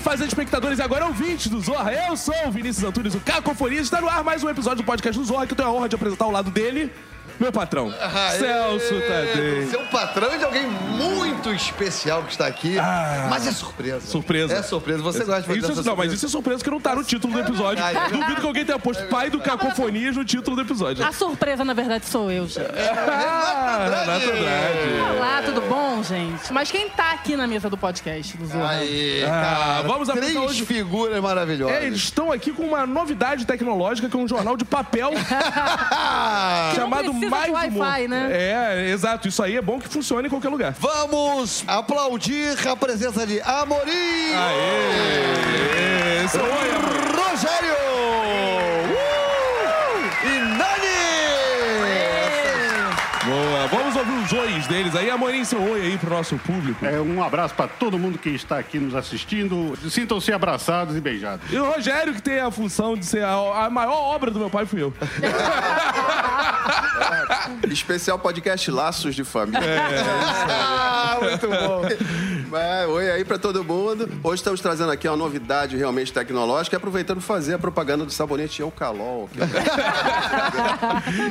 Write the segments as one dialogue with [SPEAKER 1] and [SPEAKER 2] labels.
[SPEAKER 1] fazer espectadores e agora ouvintes do Zorra. Eu sou o Vinícius Antunes, o Cacofonia. Está no ar mais um episódio do podcast do Zorra, que eu tenho a honra de apresentar ao lado dele, meu patrão,
[SPEAKER 2] Aê,
[SPEAKER 1] Celso
[SPEAKER 2] É,
[SPEAKER 1] Tadei.
[SPEAKER 2] Seu um patrão e de alguém muito especial que está aqui. mas é surpresa.
[SPEAKER 1] Ah. Surpresa.
[SPEAKER 2] É surpresa. Você gosta de fazer
[SPEAKER 1] Isso,
[SPEAKER 2] essa
[SPEAKER 1] não, mas
[SPEAKER 2] surpresa.
[SPEAKER 1] isso é surpresa que não tá no título do episódio.
[SPEAKER 2] verdade, é verdade.
[SPEAKER 1] Duvido que alguém tenha posto pai do Cacofonias no título do episódio.
[SPEAKER 3] A surpresa, na verdade, sou eu, gente.
[SPEAKER 2] É
[SPEAKER 1] Ah, Renato Andrade.
[SPEAKER 3] Olá, tudo bom, gente? Mas quem tá aqui na mesa do podcast do Zorra?
[SPEAKER 2] Aí,
[SPEAKER 1] Ah,
[SPEAKER 2] cara,
[SPEAKER 1] vamos
[SPEAKER 2] Três
[SPEAKER 1] apresentar hoje-
[SPEAKER 2] figuras maravilhosas.
[SPEAKER 1] É, eles estão aqui com uma novidade tecnológica, que é um jornal de papel
[SPEAKER 2] Ah,
[SPEAKER 1] chamado
[SPEAKER 3] não precisa de
[SPEAKER 1] Mais
[SPEAKER 3] Wi-Fi,
[SPEAKER 1] Humor.
[SPEAKER 3] né?
[SPEAKER 1] É, exato. Isso aí é bom que funcione em qualquer lugar.
[SPEAKER 2] vamos aplaudir a presença de Amorim
[SPEAKER 1] Aê! Esse é o Oi,
[SPEAKER 2] Rogério uh, e Nani.
[SPEAKER 1] Boa, vamos ouvir os ois deles aí. Amorim, seu oi aí pro nosso público.
[SPEAKER 4] É, um abraço para todo mundo que está aqui nos assistindo. Sintam-se abraçados e beijados.
[SPEAKER 1] E o Rogério, que tem a função de ser a, a maior obra do meu pai, fui eu.
[SPEAKER 5] Especial podcast Laços de
[SPEAKER 4] É,
[SPEAKER 5] Família.
[SPEAKER 2] Ah, muito bom.
[SPEAKER 5] É, oi aí pra todo mundo. Hoje estamos trazendo aqui uma novidade realmente tecnológica, aproveitando pra fazer a propaganda do sabonete Eucalol. que é-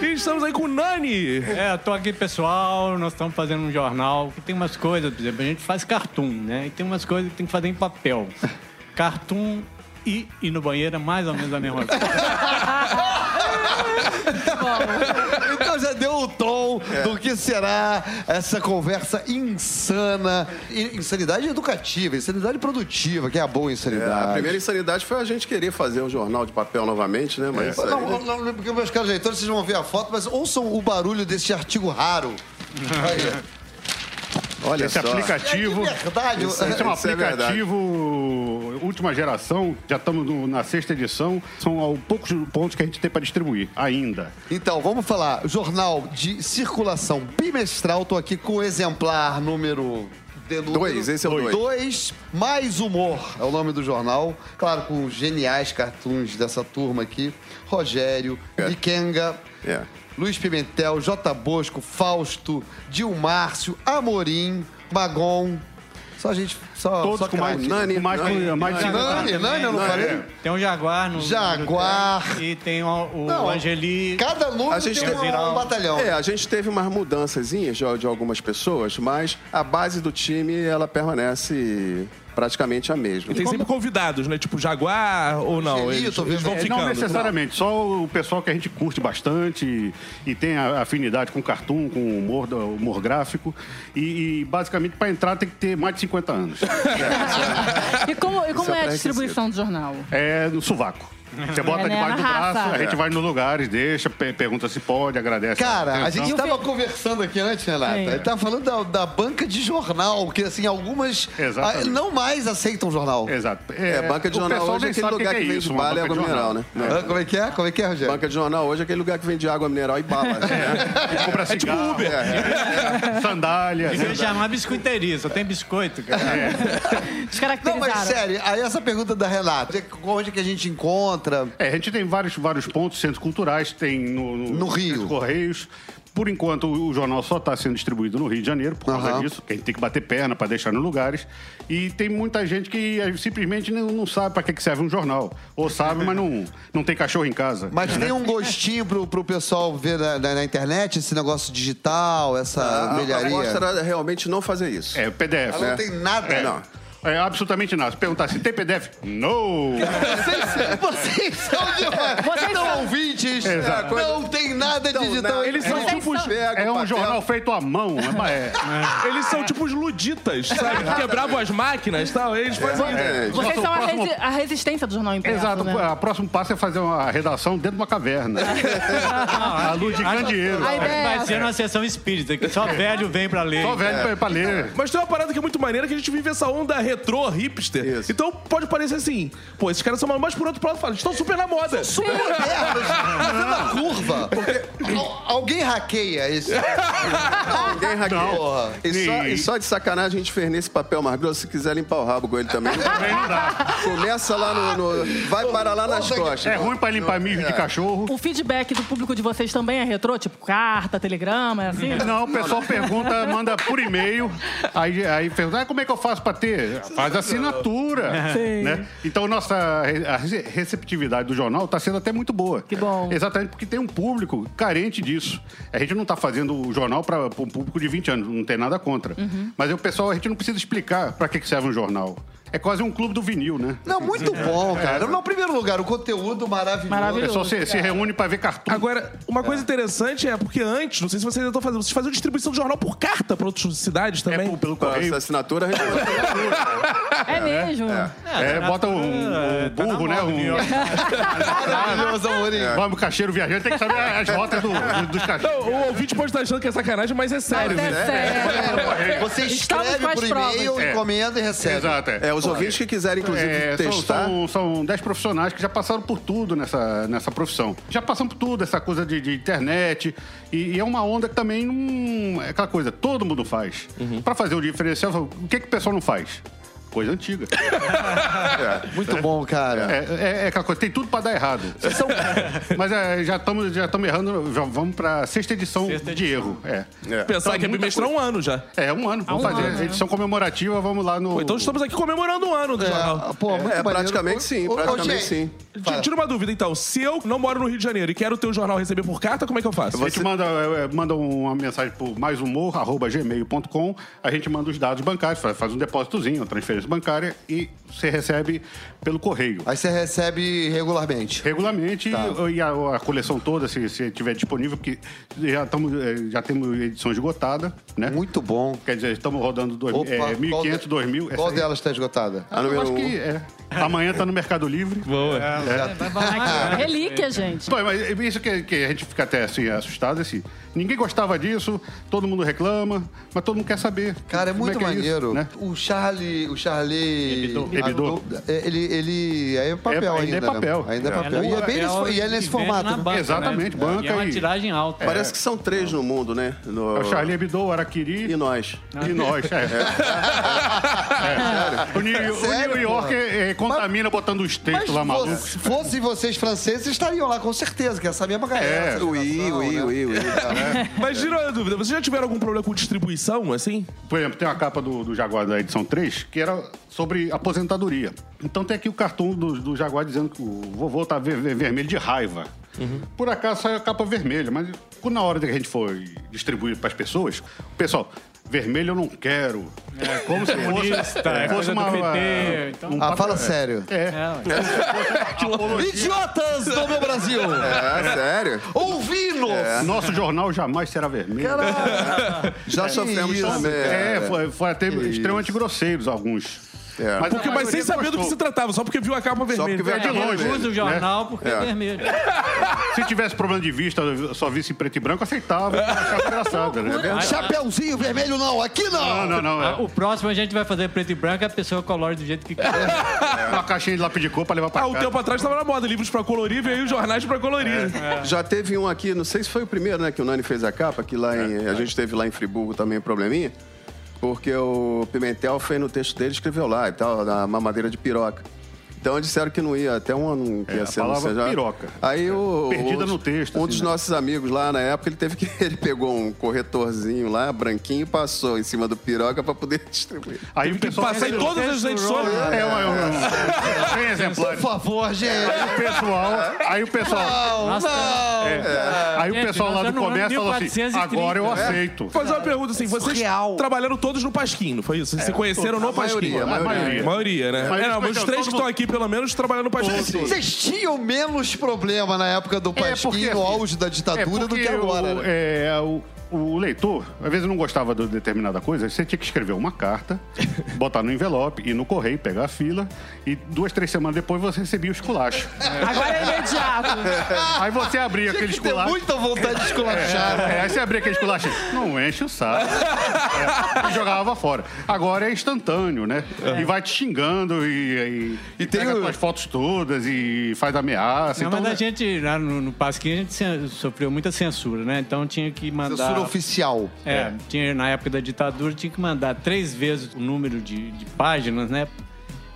[SPEAKER 1] E estamos aí com o Nani.
[SPEAKER 6] É, tô aqui, pessoal. Nós estamos fazendo um jornal que tem umas coisas, por exemplo, a gente faz cartoon, né? E tem umas coisas que tem que fazer em papel. Cartoon e ir no banheiro é mais ou menos a mesma coisa.
[SPEAKER 2] Então já deu o tom
[SPEAKER 5] É.
[SPEAKER 2] do que será essa conversa insana. I- Insanidade educativa, insanidade produtiva, que é a boa insanidade.
[SPEAKER 5] A primeira insanidade foi a gente querer fazer um jornal de papel novamente, né?
[SPEAKER 4] É.
[SPEAKER 5] Mas isso aí-
[SPEAKER 2] Não, não, não, porque meus caros leitores, vocês vão ver a foto, mas ouçam o barulho desse artigo raro.
[SPEAKER 5] olha
[SPEAKER 4] Esse
[SPEAKER 5] só.
[SPEAKER 4] aplicativo.
[SPEAKER 2] É de verdade.
[SPEAKER 4] Esse é um
[SPEAKER 5] Isso é verdade.
[SPEAKER 4] aplicativo última geração, já estamos no- na sexta edição. São ao- poucos pontos que a gente tem para distribuir ainda.
[SPEAKER 2] Então, vamos falar. Jornal de circulação bimestral. Tô aqui com o exemplar número... de- número-
[SPEAKER 5] Dois, esse é o dois.
[SPEAKER 2] Dois, mais humor é o nome do jornal. Claro, com os geniais cartoons dessa turma aqui. Rogério,
[SPEAKER 5] É.
[SPEAKER 2] Ikenga,
[SPEAKER 5] É.
[SPEAKER 2] Luiz Pimentel, J. Bosco, Fausto, Dilmárcio, Amorim, Magon. Só gente... Só,
[SPEAKER 4] Todos
[SPEAKER 2] só
[SPEAKER 4] com mais,
[SPEAKER 2] craque.
[SPEAKER 5] Nani,
[SPEAKER 4] com mais,
[SPEAKER 5] Nani,
[SPEAKER 4] mais de
[SPEAKER 2] Nani, Nani, eu não falei?
[SPEAKER 5] é.
[SPEAKER 6] Tem um jaguar no.
[SPEAKER 2] Jaguar.
[SPEAKER 6] no- E tem o, o
[SPEAKER 2] Não,
[SPEAKER 6] Angeli.
[SPEAKER 2] Cada número
[SPEAKER 5] A gente
[SPEAKER 2] tem
[SPEAKER 5] tem-
[SPEAKER 2] um, um batalhão.
[SPEAKER 5] É, a gente teve umas mudançazinhas de, de algumas pessoas, mas a base do time, ela permanece praticamente a mesma.
[SPEAKER 1] E tem sempre convidados, né? Tipo Jaguar ou não.
[SPEAKER 2] Sim,
[SPEAKER 1] Eles,
[SPEAKER 2] tô vendo.
[SPEAKER 1] eles vão
[SPEAKER 2] É, não
[SPEAKER 1] ficando. né?
[SPEAKER 4] Não necessariamente, só o pessoal que a gente curte bastante e, e tem a- afinidade com cartoon, com humor, do- humor gráfico. E, e, basicamente para entrar tem que ter mais de 50 anos.
[SPEAKER 3] E como, e como é a
[SPEAKER 5] Isso é pré-requisito.
[SPEAKER 3] distribuição do jornal?
[SPEAKER 4] É no sovaco. Você
[SPEAKER 3] É,
[SPEAKER 4] bota
[SPEAKER 3] né?
[SPEAKER 4] debaixo do
[SPEAKER 3] Na
[SPEAKER 4] braço,
[SPEAKER 3] raça.
[SPEAKER 4] a gente vai nos lugares, deixa, pe- pergunta se pode, agradece.
[SPEAKER 2] Cara, a gente
[SPEAKER 3] E o
[SPEAKER 2] estava
[SPEAKER 3] Fe-
[SPEAKER 2] conversando aqui antes, Renata.
[SPEAKER 3] Sim.
[SPEAKER 2] Ele tava falando da, da banca de jornal, que assim, algumas
[SPEAKER 4] Exatamente.
[SPEAKER 2] ah, não mais aceitam jornal.
[SPEAKER 4] Exato.
[SPEAKER 5] É, banca de
[SPEAKER 4] o
[SPEAKER 5] jornal
[SPEAKER 4] pessoal
[SPEAKER 5] hoje é
[SPEAKER 4] nem
[SPEAKER 5] aquele
[SPEAKER 4] sabe o
[SPEAKER 5] lugar
[SPEAKER 4] é
[SPEAKER 5] que vende
[SPEAKER 4] isso, uma
[SPEAKER 5] bala e
[SPEAKER 4] banca
[SPEAKER 5] água
[SPEAKER 4] de jornal.
[SPEAKER 5] mineral, né?
[SPEAKER 2] Ah, como é que é? Como é que é, Rogério?
[SPEAKER 5] Banca de jornal hoje é aquele lugar que vende água mineral e bala.
[SPEAKER 4] É.
[SPEAKER 5] né?
[SPEAKER 4] Compra cigarro,
[SPEAKER 1] Uber.
[SPEAKER 4] É, sandália.
[SPEAKER 5] Uhum.
[SPEAKER 6] Devia chamar biscoiteria, só tem biscoito, cara.
[SPEAKER 2] Não,
[SPEAKER 3] Descaracterizaram.
[SPEAKER 2] mas sério, aí essa pergunta da Renata, é onde que a gente encontra?
[SPEAKER 4] É, a gente tem vários, vários pontos, centros culturais, tem no,
[SPEAKER 2] No Rio.
[SPEAKER 4] nos Correios. Por enquanto, o o jornal só está sendo distribuído no Rio de Janeiro, por causa
[SPEAKER 2] Aham.
[SPEAKER 4] disso, que a gente tem que bater perna para deixar nos lugares. E tem muita gente que eh, simplesmente não, não sabe para que que serve um jornal. Ou sabe, mas não, não tem cachorro em casa.
[SPEAKER 2] Mas tem um gostinho pro, pro pessoal ver na, na- na internet, esse negócio digital, essa
[SPEAKER 5] Ah, A a
[SPEAKER 2] milharia.
[SPEAKER 5] proposta era realmente não fazer isso.
[SPEAKER 4] É, PDF.
[SPEAKER 2] Ela
[SPEAKER 4] né?
[SPEAKER 2] não tem nada.
[SPEAKER 4] É,
[SPEAKER 5] Não.
[SPEAKER 4] É absolutamente nada. Se Perguntar se tem PDF? No!
[SPEAKER 2] Vocês, vocês são demais.
[SPEAKER 3] Vocês
[SPEAKER 2] não
[SPEAKER 3] são-
[SPEAKER 2] ouvintes.
[SPEAKER 4] Exato.
[SPEAKER 2] Não tem nada digital.
[SPEAKER 5] Então, não, eles
[SPEAKER 3] são tipo os-
[SPEAKER 5] Pega
[SPEAKER 4] É um
[SPEAKER 5] o papel.
[SPEAKER 4] jornal feito à mão. é, mas É,
[SPEAKER 1] Eles são tipo os luditas, sabe? Que quebravam as máquinas e tal. Eles fazem
[SPEAKER 5] É,
[SPEAKER 4] Nosso
[SPEAKER 3] Vocês são a,
[SPEAKER 4] próximo-
[SPEAKER 3] resi- a resistência do jornal impresso,
[SPEAKER 4] Exato.
[SPEAKER 3] né?
[SPEAKER 4] O próximo passo é fazer uma redação dentro de uma caverna. à luz de candeeiro.
[SPEAKER 3] A ideia é
[SPEAKER 6] Vai
[SPEAKER 3] essa.
[SPEAKER 6] ser uma sessão espírita, que só velho vem pra ler.
[SPEAKER 4] Só velho pra, pra ler.
[SPEAKER 1] Mas tem uma parada que é muito maneira que a gente vive essa onda retrô, hipster.
[SPEAKER 5] Isso.
[SPEAKER 1] Então pode parecer assim, pô, esses caras são malucos, mas por outro lado falam, estão super na moda.
[SPEAKER 2] super modernos, fazendo a curva. Porque al- alguém hackeia isso.
[SPEAKER 5] Alguém hackeou.
[SPEAKER 2] Porra.
[SPEAKER 5] E só, e só de sacanagem a gente fez nesse papel mais grosso, se quiser limpar o rabo com ele também.
[SPEAKER 4] Também não dá.
[SPEAKER 5] Começa lá no. no- vai parar lá nas costas.
[SPEAKER 4] É ruim pra limpar mijo de cachorro.
[SPEAKER 3] O feedback do público de vocês também é retrô? Tipo carta, telegrama, é assim?
[SPEAKER 4] Não, o pessoal pergunta, manda por e-mail. Aí, aí pergunta, ah, como é que eu faço pra ter? Faz assinatura.
[SPEAKER 3] Sim.
[SPEAKER 4] Né? Então, nossa a rece- receptividade do jornal está sendo até muito boa.
[SPEAKER 3] Que bom.
[SPEAKER 4] Exatamente porque tem um público carente disso. A gente não está fazendo o jornal para um público de 20 anos, não tem nada contra.
[SPEAKER 3] Uhum.
[SPEAKER 4] Mas o pessoal, a gente não precisa explicar para que, que serve um jornal. É quase um clube do vinil, né?
[SPEAKER 2] Não, muito bom, cara. No primeiro lugar, o conteúdo maravilhoso.
[SPEAKER 4] O
[SPEAKER 3] Maravilhoso.
[SPEAKER 4] pessoal se, se reúne para ver cartoon.
[SPEAKER 1] Agora, uma coisa interessante é porque antes, não sei se vocês ainda estão fazendo, vocês faziam distribuição de jornal por carta para outras cidades
[SPEAKER 4] é
[SPEAKER 1] também.
[SPEAKER 4] por- pelo
[SPEAKER 5] Essa
[SPEAKER 4] correio.
[SPEAKER 5] assinatura a gente pode pegar tudo, né?
[SPEAKER 3] É mesmo.
[SPEAKER 4] É, bota um, um
[SPEAKER 6] É, tá na
[SPEAKER 4] burro, né?
[SPEAKER 6] moda,
[SPEAKER 4] Um,
[SPEAKER 6] New York.
[SPEAKER 2] Maravilhoso, Amorim.
[SPEAKER 4] Vamos, cacheiro viajante, tem que saber as rotas do, do- dos cacheiros.
[SPEAKER 1] Não, Então, o ouvinte pode estar achando que é sacanagem, mas é sério.
[SPEAKER 3] Mas é
[SPEAKER 1] né?
[SPEAKER 3] sério.
[SPEAKER 2] É, Você
[SPEAKER 3] Estamos
[SPEAKER 2] escreve
[SPEAKER 3] com as
[SPEAKER 2] por e-mail,
[SPEAKER 3] provas.
[SPEAKER 4] É.
[SPEAKER 2] encomenda e recebe.
[SPEAKER 4] Exato, é.
[SPEAKER 5] É, os ouvintes que quiserem, inclusive,
[SPEAKER 4] É, são-
[SPEAKER 5] testar.
[SPEAKER 4] São, são dez profissionais que já passaram por tudo nessa, nessa profissão. Já passaram por tudo, essa coisa de, de internet. E, e é uma onda que também não. É aquela coisa, todo mundo faz. Pra fazer o diferencial, o que, que o pessoal não faz? Coisa antiga.
[SPEAKER 2] Muito bom, cara.
[SPEAKER 4] É, é- é aquela coisa, tem tudo pra dar errado.
[SPEAKER 2] São-
[SPEAKER 4] Mas é, já estamos já tamo errando, já vamos pra sexta edição
[SPEAKER 6] Sexta
[SPEAKER 4] de
[SPEAKER 6] edição.
[SPEAKER 4] erro. É.
[SPEAKER 5] É.
[SPEAKER 1] Pensar que é bimestral há um ano já.
[SPEAKER 4] É, um ano. Vamos
[SPEAKER 3] um
[SPEAKER 4] fazer
[SPEAKER 3] ano, né?
[SPEAKER 4] edição comemorativa, vamos lá no.
[SPEAKER 1] Pô, então estamos aqui comemorando um ano do jornal.
[SPEAKER 2] Pô, muito
[SPEAKER 5] É,
[SPEAKER 2] maneiro.
[SPEAKER 5] praticamente sim,
[SPEAKER 2] Ô, ô,
[SPEAKER 5] praticamente
[SPEAKER 2] gente,
[SPEAKER 5] sim.
[SPEAKER 1] Ti- Tira uma dúvida, então. Se eu não moro no Rio de Janeiro e quero ter o jornal receber por carta, como é que eu faço?
[SPEAKER 4] A gente manda, é, é, manda uma mensagem por maishumor.gmail.com, a gente manda os dados bancários, faz, faz um depósitozinho, uma transferência bancária e você recebe pelo correio.
[SPEAKER 2] Aí você recebe regularmente.
[SPEAKER 4] Regularmente
[SPEAKER 2] Tá.
[SPEAKER 4] e, e a, a coleção toda, se, se tiver disponível, porque já, tamo, é, já temos edição esgotada, né?
[SPEAKER 2] Muito bom.
[SPEAKER 4] Quer dizer, estamos rodando dois,
[SPEAKER 2] Opa,
[SPEAKER 4] é, 1.500,
[SPEAKER 2] qual de- Ah,
[SPEAKER 4] 2.000. essa
[SPEAKER 2] Qual
[SPEAKER 4] aí-
[SPEAKER 2] delas está esgotada?
[SPEAKER 5] A
[SPEAKER 4] Eu
[SPEAKER 5] número
[SPEAKER 4] acho
[SPEAKER 5] um.
[SPEAKER 4] que é. Amanhã tá no Mercado Livre.
[SPEAKER 3] Ah, Relíquia, gente.
[SPEAKER 4] Pô, mas é isso que, que a gente fica até assim, assustado, assim. Ninguém gostava disso, todo mundo reclama, mas todo mundo quer saber.
[SPEAKER 2] Cara, é
[SPEAKER 4] Como
[SPEAKER 2] muito
[SPEAKER 4] que isso,
[SPEAKER 2] maneiro.
[SPEAKER 4] né?
[SPEAKER 2] O Charlie. O Charlie.
[SPEAKER 6] Hebdo.
[SPEAKER 4] Hebdo.
[SPEAKER 2] É, Ele, ele. É papel
[SPEAKER 4] É,
[SPEAKER 2] ainda.
[SPEAKER 4] ainda é
[SPEAKER 2] né?
[SPEAKER 4] papel.
[SPEAKER 2] Ainda é papel. E é, bem nesse, e é nesse formato. né?
[SPEAKER 4] Exatamente, banca
[SPEAKER 6] e é uma
[SPEAKER 4] e-
[SPEAKER 6] tiragem alta.
[SPEAKER 5] Parece que são três no mundo, né? No...
[SPEAKER 4] É o Charlie Hebdo, o
[SPEAKER 5] E
[SPEAKER 4] Araquiri
[SPEAKER 5] nós.
[SPEAKER 4] e nós. É. É. O, New, o
[SPEAKER 2] Sério,
[SPEAKER 4] New York é, é, contamina botando
[SPEAKER 2] Mas
[SPEAKER 4] os textos lá malucos.
[SPEAKER 2] se fossem vocês franceses, estariam lá, com certeza, que é essa mesma galera. essa
[SPEAKER 5] Ui,
[SPEAKER 2] geração,
[SPEAKER 5] ui,
[SPEAKER 2] né?
[SPEAKER 5] ui, ui.
[SPEAKER 1] Mas tira uma dúvida. Vocês já tiveram algum problema com distribuição, assim?
[SPEAKER 4] Por exemplo, tem uma capa do, do Jaguar da edição 3 que era sobre aposentadoria. Então tem aqui o cartoon do, do Jaguar dizendo que o vovô tá ver- ver- vermelho de raiva. Por acaso saiu a capa vermelha, mas quando na hora que a gente foi distribuir para as pessoas, o pessoal, vermelho eu não quero. É, como se fosse,
[SPEAKER 6] Comunista, é coisa do PT, então-
[SPEAKER 4] um É,
[SPEAKER 2] Ah,
[SPEAKER 4] papel-
[SPEAKER 2] fala sério. Idiotas do meu Brasil!
[SPEAKER 5] É, sério.
[SPEAKER 2] Ouvindo!
[SPEAKER 5] É.
[SPEAKER 4] Nosso jornal jamais será vermelho. Então,
[SPEAKER 5] Já sofremos
[SPEAKER 2] isso,
[SPEAKER 5] também.
[SPEAKER 4] É,
[SPEAKER 5] cara.
[SPEAKER 4] foi, foi até extremamente grosseiros alguns.
[SPEAKER 5] É.
[SPEAKER 4] Ah, a
[SPEAKER 1] Porque, mas sem
[SPEAKER 4] maioria
[SPEAKER 1] saber do que
[SPEAKER 4] gostou.
[SPEAKER 1] se tratava, só porque viu a capa vermelha.
[SPEAKER 5] porque veio
[SPEAKER 4] de longe, né?
[SPEAKER 6] Usa É, o jornal porque é,
[SPEAKER 5] É.
[SPEAKER 6] vermelho.
[SPEAKER 4] Se tivesse problema de vista, eu só visse em preto e branco, aceitava. Eu achava engraçado, né?
[SPEAKER 2] Chapeuzinho Um vermelho não, aqui não!
[SPEAKER 4] Não, não, não.
[SPEAKER 6] Ah,
[SPEAKER 4] É
[SPEAKER 6] O próximo a gente vai fazer preto e branco, a pessoa colore do jeito que quiser.
[SPEAKER 4] é uma caixinha de lápis de cor pra levar pra
[SPEAKER 1] Ah,
[SPEAKER 4] cá.
[SPEAKER 1] um tempo atrás tava na moda, livros pra colorir, veio os jornais pra colorir.
[SPEAKER 5] Já teve um aqui, não sei se foi o primeiro, né, que o Nani fez a capa, que lá
[SPEAKER 4] É.
[SPEAKER 5] em, a gente teve lá em Friburgo também um probleminha, porque o Pimentel fez no texto dele, escreveu lá e tal, na mamadeira de piroca. Então disseram que não ia, até um ano que
[SPEAKER 4] É,
[SPEAKER 5] ia
[SPEAKER 4] a
[SPEAKER 5] ser, não
[SPEAKER 4] palavra
[SPEAKER 5] sei já.
[SPEAKER 4] piroca.
[SPEAKER 5] Aí o.
[SPEAKER 4] Perdida
[SPEAKER 5] o-
[SPEAKER 4] no texto,
[SPEAKER 5] Um
[SPEAKER 4] assim,
[SPEAKER 5] dos
[SPEAKER 4] né?
[SPEAKER 5] nossos amigos lá na época, ele teve que. Ele pegou um corretorzinho lá, branquinho, e passou em cima do piroca pra poder distribuir.
[SPEAKER 4] Aí o
[SPEAKER 1] Tem que
[SPEAKER 4] pessoal...
[SPEAKER 1] passar em todas as edições.
[SPEAKER 4] É, uma, um, sem
[SPEAKER 2] Por
[SPEAKER 4] exemplares.
[SPEAKER 2] favor, gente!
[SPEAKER 4] Aí o pessoal... Aí o pessoal...
[SPEAKER 2] Não,
[SPEAKER 6] Nossa.
[SPEAKER 2] não!
[SPEAKER 4] é, aí o
[SPEAKER 6] Gente,
[SPEAKER 4] pessoal lá
[SPEAKER 6] nós
[SPEAKER 4] do
[SPEAKER 6] estamos no ano
[SPEAKER 4] comércio falou assim,
[SPEAKER 6] 1430,
[SPEAKER 4] agora eu
[SPEAKER 6] né?
[SPEAKER 4] aceito.
[SPEAKER 1] Vou fazer uma pergunta assim, vocês
[SPEAKER 2] surreal.
[SPEAKER 1] trabalharam todos no Pasquim, não foi isso? Vocês se conheceram no
[SPEAKER 5] a maioria,
[SPEAKER 1] Pasquim?
[SPEAKER 5] a maioria.
[SPEAKER 1] A maioria, né?
[SPEAKER 4] Mas
[SPEAKER 1] é, não,
[SPEAKER 4] eles
[SPEAKER 1] mas os três que
[SPEAKER 4] todo
[SPEAKER 1] estão
[SPEAKER 4] mundo-
[SPEAKER 1] aqui, pelo menos, trabalham no Pasquim.
[SPEAKER 2] Vocês tinham menos problema na época do Pasquim,
[SPEAKER 4] porque,
[SPEAKER 2] no
[SPEAKER 4] assim,
[SPEAKER 2] auge da ditadura, do que
[SPEAKER 4] porque
[SPEAKER 2] agora.
[SPEAKER 4] o,
[SPEAKER 2] né?
[SPEAKER 4] é, o, o leitor, às vezes não gostava de determinada coisa, você tinha que escrever uma carta, botar no envelope, ir no correio, pegar a fila, e duas, três semanas depois você recebia o esculacho.
[SPEAKER 3] Agora é imediato.
[SPEAKER 4] Aí você abria
[SPEAKER 2] Tinha
[SPEAKER 4] aquele
[SPEAKER 2] que ter
[SPEAKER 4] esculacho.
[SPEAKER 2] muita vontade de esculachar. né?
[SPEAKER 4] É, aí você abria aquele esculacho, não enche o saco. É, e jogava fora. Agora é instantâneo, né? E vai te xingando e, e, e
[SPEAKER 2] É. tem
[SPEAKER 4] pega
[SPEAKER 2] o-
[SPEAKER 4] tuas fotos todas e faz ameaça.
[SPEAKER 6] Não,
[SPEAKER 4] então,
[SPEAKER 6] mas a gente, lá no, no Pasquim, a gente cen- sofreu muita censura, né? Então tinha que mandar...
[SPEAKER 2] Censura oficial.
[SPEAKER 6] É, tinha, na época da ditadura, tinha que mandar três vezes o número de, de páginas, né?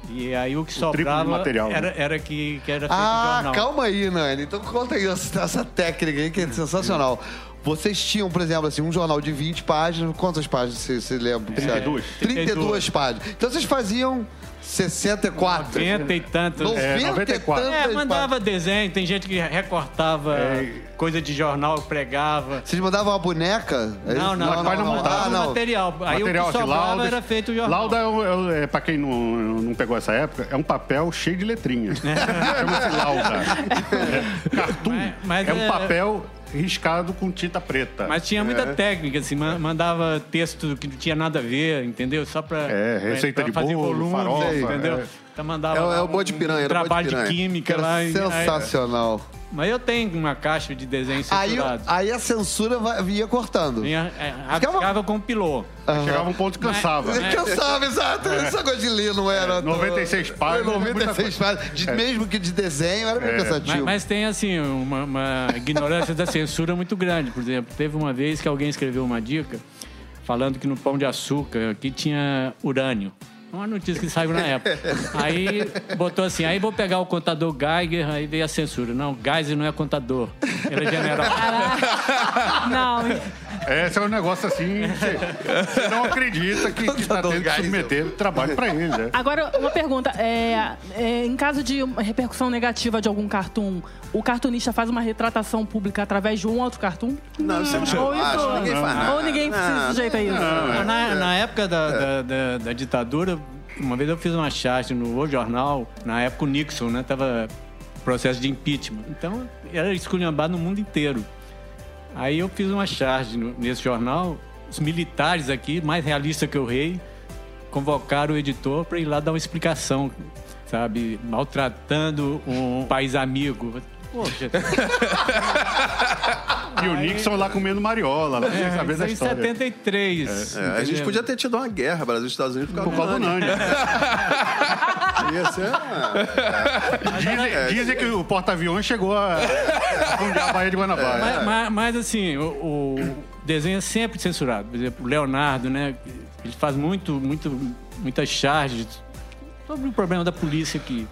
[SPEAKER 6] E aí o que
[SPEAKER 4] triplo de
[SPEAKER 6] sobrava
[SPEAKER 4] material, né?
[SPEAKER 6] era, era que, um que era feito
[SPEAKER 2] Ah,
[SPEAKER 6] jornal.
[SPEAKER 2] calma aí, Nani. Então conta aí essa, essa técnica aí que é sensacional. Vocês tinham, por exemplo, assim, um jornal de 20 páginas. Quantas páginas você, você lembra?
[SPEAKER 4] 32.
[SPEAKER 2] 32 páginas. Então vocês faziam 64.
[SPEAKER 6] 90 e tantos.
[SPEAKER 2] 90
[SPEAKER 4] É,
[SPEAKER 2] e
[SPEAKER 4] 94.
[SPEAKER 2] tantas
[SPEAKER 6] É, mandava desenho, tem gente que recortava coisa de jornal, pregava.
[SPEAKER 2] Vocês mandavam uma boneca? É
[SPEAKER 6] Não, não,
[SPEAKER 4] Mas vai não
[SPEAKER 2] Ah,
[SPEAKER 4] montava.
[SPEAKER 2] não.
[SPEAKER 6] material. Aí
[SPEAKER 4] Material
[SPEAKER 6] o que
[SPEAKER 4] de
[SPEAKER 6] sobrava
[SPEAKER 4] laudas.
[SPEAKER 6] era feito o jornal.
[SPEAKER 4] Lauda, é, um- é, é, pra quem não, não pegou essa época, é um papel cheio de
[SPEAKER 6] É.
[SPEAKER 4] letrinhas. Chama-se lauda. É, cartoon
[SPEAKER 6] Mas- mas
[SPEAKER 4] é um
[SPEAKER 6] é-
[SPEAKER 4] papel riscado com tinta preta.
[SPEAKER 6] Mas tinha muita
[SPEAKER 4] É.
[SPEAKER 6] técnica, assim, ma- mandava texto que não tinha nada a ver, entendeu? Só pra,
[SPEAKER 4] É, receita
[SPEAKER 6] pra
[SPEAKER 4] de
[SPEAKER 6] fazer
[SPEAKER 4] bolo,
[SPEAKER 6] volume,
[SPEAKER 4] farofa,
[SPEAKER 6] entendeu?
[SPEAKER 4] é.
[SPEAKER 6] Então mandava
[SPEAKER 5] É o- é o
[SPEAKER 6] lá
[SPEAKER 5] boi de piranha, era o boi de
[SPEAKER 6] trabalho
[SPEAKER 5] piranha.
[SPEAKER 6] de química
[SPEAKER 2] Cara,
[SPEAKER 6] lá. e-
[SPEAKER 2] sensacional.
[SPEAKER 6] aí- mas eu tenho uma caixa de desenho
[SPEAKER 2] Aí,
[SPEAKER 6] censurado.
[SPEAKER 2] aí a censura vai- ia cortando.
[SPEAKER 6] Vinha, é,
[SPEAKER 2] Ficava-
[SPEAKER 6] Rabiscava com pilô.
[SPEAKER 4] Chegava um ponto que cansava.
[SPEAKER 6] É.
[SPEAKER 2] Você cansava, exato.
[SPEAKER 4] É.
[SPEAKER 2] Essa coisa de ler não era. É,
[SPEAKER 4] 96 páginas,
[SPEAKER 2] Foi 96
[SPEAKER 4] muita É.
[SPEAKER 2] páginas. De- Mesmo que de desenho, era meio
[SPEAKER 6] Mas,
[SPEAKER 2] cansativo.
[SPEAKER 6] mas tem, assim, uma, uma ignorância da censura muito grande. Por exemplo, teve uma vez que alguém escreveu uma dica falando que no pão de açúcar aqui tinha urânio. Uma notícia que saiu na época. Aí botou assim, aí vou pegar o contador Geiger, aí veio a censura. Não, Geiger não é contador, ele é general.
[SPEAKER 3] Não,
[SPEAKER 4] Esse é um negócio assim, que você não acredita que, que tá tendo que submeter trabalho pra ele, né?
[SPEAKER 3] agora uma pergunta. É, é, em caso de uma repercussão negativa de algum cartoon, o cartunista faz uma retratação pública através de um outro cartoon?
[SPEAKER 5] Não, isso é muito
[SPEAKER 3] Ou isso-
[SPEAKER 5] baixo, ninguém faz nada.
[SPEAKER 3] Ou ninguém se
[SPEAKER 5] Não, é,
[SPEAKER 3] sujeita a isso?
[SPEAKER 6] Na, na época da, da- da- da ditadura, uma vez eu fiz uma charge no O Jornal, na época o Nixon, né, tava processo de impeachment. Então, era esculhambado no mundo inteiro. Aí eu fiz uma charge no- nesse jornal, os militares aqui, mais realista que o rei, convocaram o editor para ir lá dar uma explicação, sabe, maltratando um país amigo. Poxa,
[SPEAKER 4] E o Nixon lá comendo mariola, lá, sem saber
[SPEAKER 6] isso
[SPEAKER 4] da
[SPEAKER 6] é em
[SPEAKER 4] história.
[SPEAKER 6] 73.
[SPEAKER 5] É, a gente
[SPEAKER 6] entendeu?
[SPEAKER 5] podia ter tido uma guerra Brasil e Estados Unidos por
[SPEAKER 4] Por causa
[SPEAKER 5] causa né?
[SPEAKER 4] do
[SPEAKER 5] Nani.
[SPEAKER 4] Nani.
[SPEAKER 5] Ia ser, ah,
[SPEAKER 4] Dizem, dizem que o porta-aviões chegou a fundir a Baía de Guanabara.
[SPEAKER 6] Mas, mas- mas, assim, o, o desenho é sempre censurado. Por exemplo, o Leonardo, né? Ele faz muito, muito, muitas charges sobre o problema da polícia aqui.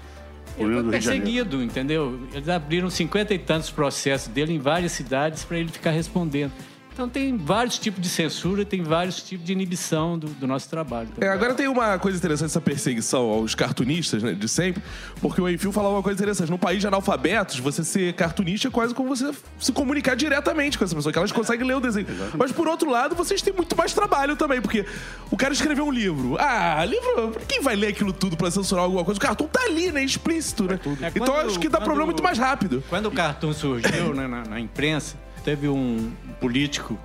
[SPEAKER 6] Ele
[SPEAKER 4] Problema do Rio
[SPEAKER 6] foi
[SPEAKER 4] de
[SPEAKER 6] perseguido, entendeu? Eles abriram cinquenta e tantos processos dele em várias cidades para ele ficar respondendo. Então tem vários tipos de censura, tem vários tipos de inibição do, do nosso trabalho.
[SPEAKER 1] É, agora tem uma coisa interessante essa perseguição aos cartunistas, né, de sempre, porque o Enfio falava uma coisa interessante. Num país de analfabetos, você ser cartunista é quase como você se comunicar diretamente com essa pessoa, que elas conseguem ler o desenho. Mas por outro lado, vocês têm muito mais trabalho também, porque o cara escreveu um livro. Ah, livro, quem vai ler aquilo tudo pra censurar alguma coisa? O cartoon tá ali, né? Explícito, né?
[SPEAKER 6] É,
[SPEAKER 1] então
[SPEAKER 6] quando-
[SPEAKER 1] eu acho que dá
[SPEAKER 6] quando-
[SPEAKER 1] problema muito mais rápido.
[SPEAKER 6] Quando o cartoon surgiu né, na, na imprensa, teve um político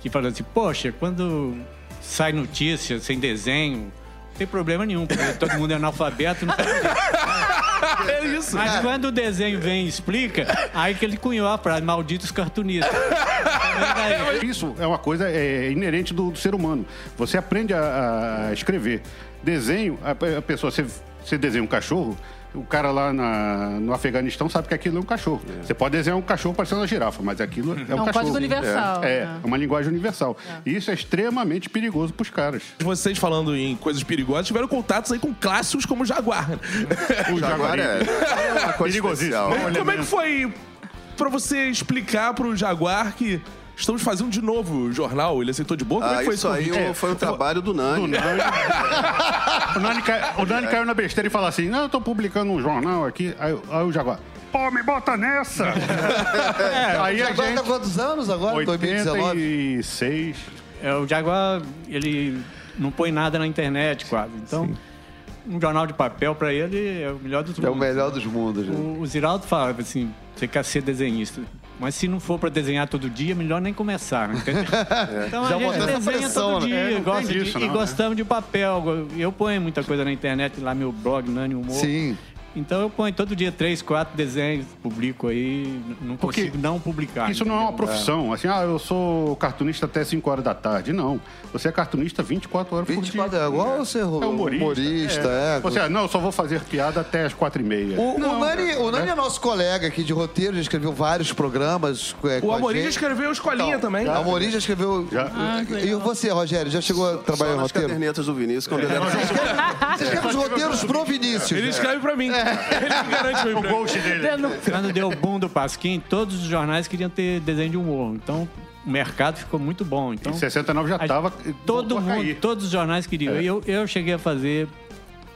[SPEAKER 6] que falou assim: Poxa, quando sai notícia sem desenho, não tem problema nenhum, porque todo mundo é analfabeto. Não sabe o que é."
[SPEAKER 1] É isso.
[SPEAKER 6] Mas quando o desenho vem e explica, aí que ele cunhou a frase: Malditos cartunistas.
[SPEAKER 4] Isso é uma coisa é, inerente do, do ser humano. Você aprende a, a escrever. Desenho, a, a pessoa, você, você desenha um cachorro, o cara lá na- no Afeganistão sabe que aquilo é um cachorro. Você pode desenhar um cachorro parecendo uma girafa, mas aquilo é um,
[SPEAKER 3] um
[SPEAKER 4] cachorro.
[SPEAKER 3] código universal,
[SPEAKER 4] É,
[SPEAKER 3] né?
[SPEAKER 4] é uma linguagem universal. E isso é extremamente perigoso pros caras.
[SPEAKER 1] Vocês falando em coisas perigosas, tiveram contatos aí com clássicos como o Jaguar. né?
[SPEAKER 4] O
[SPEAKER 5] Jaguar
[SPEAKER 4] jaguari.
[SPEAKER 5] é é uma coisa
[SPEAKER 4] Perigosíssimo.
[SPEAKER 5] especial.
[SPEAKER 4] Olha,
[SPEAKER 1] Como é que
[SPEAKER 4] mesmo.
[SPEAKER 1] foi pra você explicar pro Jaguar que estamos fazendo de novo o jornal? Ele aceitou de boa? Como é
[SPEAKER 5] Ah,
[SPEAKER 1] que foi
[SPEAKER 5] isso aí
[SPEAKER 1] convite?
[SPEAKER 5] o- foi um trabalho do Nani.
[SPEAKER 4] Do Nani. o, Nani cai- o Nani caiu na besteira e fala assim: Não, eu tô publicando um jornal aqui. Aí, aí o Jaguar, pô, me bota nessa! É, aí a
[SPEAKER 2] Agora tá
[SPEAKER 4] gente.
[SPEAKER 2] quantos anos agora? 2019?
[SPEAKER 4] 86.
[SPEAKER 6] É, o Jaguar, ele não põe nada na internet quase. Então, um jornal de papel para ele é o melhor dos
[SPEAKER 2] É o
[SPEAKER 6] mundos.
[SPEAKER 2] melhor dos mundos. né?
[SPEAKER 6] O, o Ziraldo falava assim, você quer ser desenhista. Mas se não for pra desenhar todo dia, melhor nem começar, né? Então
[SPEAKER 2] Já
[SPEAKER 6] a gente
[SPEAKER 2] botou essa
[SPEAKER 6] desenha
[SPEAKER 2] pressão,
[SPEAKER 6] todo
[SPEAKER 2] né?
[SPEAKER 4] É, não
[SPEAKER 6] dia,
[SPEAKER 4] tem
[SPEAKER 6] gosta de-
[SPEAKER 4] disso,
[SPEAKER 6] e
[SPEAKER 4] não,
[SPEAKER 6] gostamos de papel. Eu ponho muita coisa na internet, lá meu blog, Nani Humor.
[SPEAKER 2] Sim.
[SPEAKER 6] Então eu ponho todo dia três, quatro desenhos, publico aí, n- não
[SPEAKER 4] Porque
[SPEAKER 6] consigo não publicar.
[SPEAKER 4] Isso não é uma profissão. Assim, ah, eu sou cartunista até 5 horas da tarde. Não. Você é cartunista 24 horas por dia.
[SPEAKER 2] 24 é igual ou você
[SPEAKER 4] É humorista.
[SPEAKER 2] humorista, é.
[SPEAKER 4] Você, ah, não, eu só vou fazer piada até as 4 e meia.
[SPEAKER 2] O, o Nani, o
[SPEAKER 4] né?
[SPEAKER 2] Nani é nosso colega aqui de roteiro, já escreveu vários programas. é, com
[SPEAKER 1] O
[SPEAKER 2] a
[SPEAKER 1] Amorim já
[SPEAKER 2] gente. Então, tá
[SPEAKER 1] escreveu Ah, Escolinha também.
[SPEAKER 2] A Amorim já escreveu.
[SPEAKER 4] Já.
[SPEAKER 2] E você, Rogério, já chegou a trabalhar em
[SPEAKER 5] Só nas
[SPEAKER 2] É, roteiro?
[SPEAKER 5] um cadernetas do Vinícius, quando ele era
[SPEAKER 2] Você escreve os roteiros pro Vinícius.
[SPEAKER 1] Ele escreve pra mim.
[SPEAKER 2] É.
[SPEAKER 1] Ele me garante o
[SPEAKER 4] O
[SPEAKER 2] Tá
[SPEAKER 1] emprego.
[SPEAKER 4] ghost dele.
[SPEAKER 3] Denúncia.
[SPEAKER 6] Quando deu o boom do Pasquim, todos os jornais queriam ter desenho de humor. Então, o mercado ficou muito bom. Então,
[SPEAKER 4] Em 69 já
[SPEAKER 6] a-
[SPEAKER 4] estava.
[SPEAKER 6] todo mundo, todos os jornais queriam. Eu, eu cheguei a fazer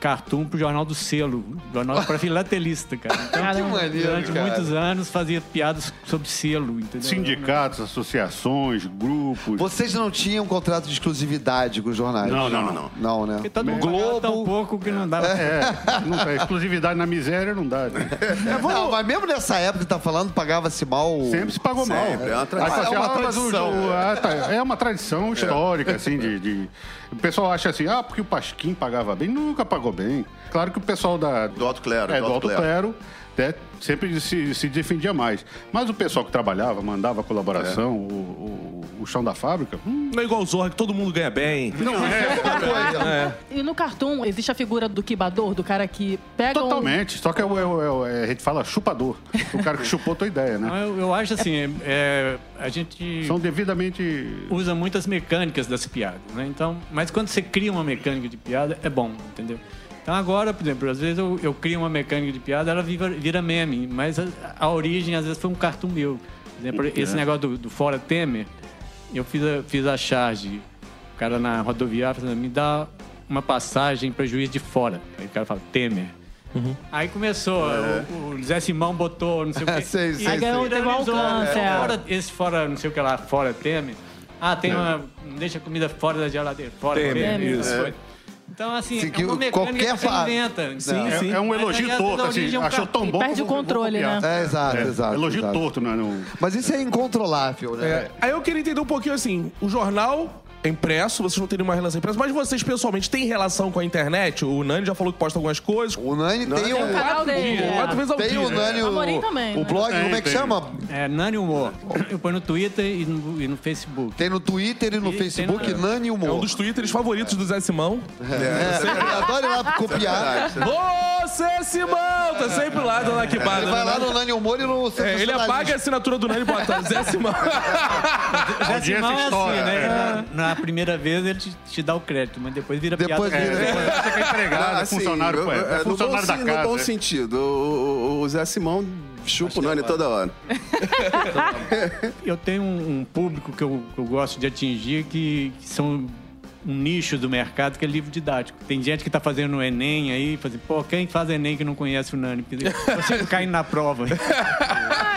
[SPEAKER 6] cartoon pro Jornal do Selo, jornal para filatelista, cara. Então,
[SPEAKER 3] Caramba.
[SPEAKER 2] maneiro,
[SPEAKER 6] durante
[SPEAKER 2] cara.
[SPEAKER 6] muitos anos fazia piadas sobre selo, entendeu?
[SPEAKER 4] Sindicatos, associações, grupos.
[SPEAKER 2] Vocês não tinham contrato de exclusividade com os jornais?
[SPEAKER 4] Não, não, não, não.
[SPEAKER 2] Não, né?
[SPEAKER 6] Porque todo mundo
[SPEAKER 2] Globo-
[SPEAKER 6] pagava tão pouco que não dava.
[SPEAKER 4] É, não dá. Exclusividade na miséria não dá. né?
[SPEAKER 2] É, Não, mas mesmo nessa época que tá falando, pagava-se mal. o-
[SPEAKER 4] Sempre se pagou
[SPEAKER 5] Sempre,
[SPEAKER 4] mal.
[SPEAKER 5] é uma tradição.
[SPEAKER 4] Aí fala assim,
[SPEAKER 2] É uma
[SPEAKER 4] "Ah, mas o-
[SPEAKER 2] tradição."
[SPEAKER 4] o- ah, tá, é uma tradição histórica, assim, de, de- O pessoal acha assim, ah, porque o Pasquim pagava bem. Nunca pagou bem. Claro que o pessoal da...
[SPEAKER 5] Do alto clero,
[SPEAKER 4] É,
[SPEAKER 5] do
[SPEAKER 4] do
[SPEAKER 5] alto
[SPEAKER 4] alto clero. né, sempre se, se defendia mais. Mas o pessoal que trabalhava, mandava a colaboração,
[SPEAKER 5] É.
[SPEAKER 4] o, o- o chão da fábrica... hum,
[SPEAKER 1] Não é igual o Zorra, que todo mundo ganha bem.
[SPEAKER 4] não é...
[SPEAKER 3] E no cartoon existe a figura do quibador, do cara que pega um-
[SPEAKER 4] Totalmente. Só que é, o- é o- é o- é- a gente fala chupador. O cara que chupou tua ideia,
[SPEAKER 6] Então,
[SPEAKER 4] né?
[SPEAKER 6] eu, eu acho assim, é, a gente
[SPEAKER 4] São devidamente.
[SPEAKER 6] usa muitas mecânicas das piadas, né? Então, mas quando você cria uma mecânica de piada, é bom, entendeu? Então agora, por exemplo, às vezes eu, eu crio uma mecânica de piada, ela vira, vira meme, mas a, a origem às vezes foi um cartoon meu. Por exemplo, esse negócio do, do Fora Temer, eu fiz a, fiz a charge, o cara na rodoviária falando, me dá uma passagem para juiz de fora. Aí o cara fala, Temer. Aí começou, o, o Zé Simão botou, não sei o quê.
[SPEAKER 2] Sei, sei,
[SPEAKER 6] e
[SPEAKER 3] sei.
[SPEAKER 6] viralizou,
[SPEAKER 3] alcance, é.
[SPEAKER 6] né? fora esse fora, não sei o que lá, fora Temer. Ah,
[SPEAKER 2] É.
[SPEAKER 6] tem uma. Não deixa a comida fora da geladeira. Fora
[SPEAKER 1] Temer,
[SPEAKER 6] Temer.
[SPEAKER 3] isso.
[SPEAKER 6] isso. foi. Então, assim,
[SPEAKER 2] É. Sim, que
[SPEAKER 6] é uma mecânica
[SPEAKER 2] qualquer
[SPEAKER 6] que você
[SPEAKER 2] fa-
[SPEAKER 6] inventa.
[SPEAKER 2] Não.
[SPEAKER 4] É, é um
[SPEAKER 6] Mas,
[SPEAKER 4] elogio
[SPEAKER 6] aliás,
[SPEAKER 4] torto,
[SPEAKER 6] a
[SPEAKER 4] assim.
[SPEAKER 6] origem é um
[SPEAKER 4] achou tão
[SPEAKER 6] cartão.
[SPEAKER 4] bom.
[SPEAKER 3] Perde
[SPEAKER 4] que eu
[SPEAKER 3] o
[SPEAKER 4] vou- vou
[SPEAKER 3] controle,
[SPEAKER 4] copiar.
[SPEAKER 3] né?
[SPEAKER 2] É, exato,
[SPEAKER 4] É,
[SPEAKER 2] exato.
[SPEAKER 4] elogio
[SPEAKER 2] exato.
[SPEAKER 4] torto, né? Não...
[SPEAKER 2] Mas isso é incontrolável, né?
[SPEAKER 1] É, Aí eu queria entender um pouquinho assim: o jornal é impresso, vocês não têm nenhuma relação impressa, mas vocês pessoalmente têm relação com a internet? O Nani já falou que posta algumas coisas.
[SPEAKER 2] O Nani tem
[SPEAKER 3] Tem o
[SPEAKER 2] o.
[SPEAKER 3] canal dele. é.
[SPEAKER 1] Quatro vezes um ao
[SPEAKER 2] Tem
[SPEAKER 1] dia.
[SPEAKER 2] o Nani,
[SPEAKER 3] É. Amorim
[SPEAKER 2] o,
[SPEAKER 3] também,
[SPEAKER 2] o
[SPEAKER 3] né?
[SPEAKER 2] blog, como é que
[SPEAKER 4] Tem, tem.
[SPEAKER 2] chama?
[SPEAKER 6] É, Nani Humor. Eu ponho no Twitter e no, e no Facebook.
[SPEAKER 2] Tem no Twitter e no
[SPEAKER 6] E tem
[SPEAKER 2] Facebook
[SPEAKER 6] no-
[SPEAKER 2] Nani Humor.
[SPEAKER 1] É um dos twitters favoritos do Zé Simão.
[SPEAKER 2] É, adoro ir lá copiar.
[SPEAKER 5] Verdade.
[SPEAKER 1] Ô, Zé Simão! Tá sempre lá dando arquibada.
[SPEAKER 2] Ele vai
[SPEAKER 1] né?
[SPEAKER 2] lá no Nani Humor e no
[SPEAKER 1] É, ele apaga a assinatura do Nani e bota Zé Simão.
[SPEAKER 6] O
[SPEAKER 2] Ah,
[SPEAKER 6] Zé
[SPEAKER 4] audiência
[SPEAKER 6] Simão é assim,
[SPEAKER 4] estoura,
[SPEAKER 6] né? Na, na primeira vez ele te, te dá o crédito, mas depois vira
[SPEAKER 2] é. Depois
[SPEAKER 6] piada.
[SPEAKER 2] vira-
[SPEAKER 6] É.
[SPEAKER 4] Você que é empregado,
[SPEAKER 5] Ah,
[SPEAKER 4] é
[SPEAKER 5] assim,
[SPEAKER 4] funcionário,
[SPEAKER 5] eu-
[SPEAKER 4] pô,
[SPEAKER 5] eu-
[SPEAKER 4] é
[SPEAKER 5] no
[SPEAKER 4] funcionário
[SPEAKER 5] bom,
[SPEAKER 4] da
[SPEAKER 5] sen-
[SPEAKER 4] casa.
[SPEAKER 5] No bom
[SPEAKER 4] né?
[SPEAKER 5] sentido. O, o- o Zé Simão chupa o Nani toda hora.
[SPEAKER 6] Eu tenho um, um público que eu, que eu gosto de atingir que, que são um nicho do mercado que é livro didático. Tem gente que tá fazendo o Enem aí, fazendo, pô, quem faz Enem que não conhece o Nani? Porque você não cai na prova.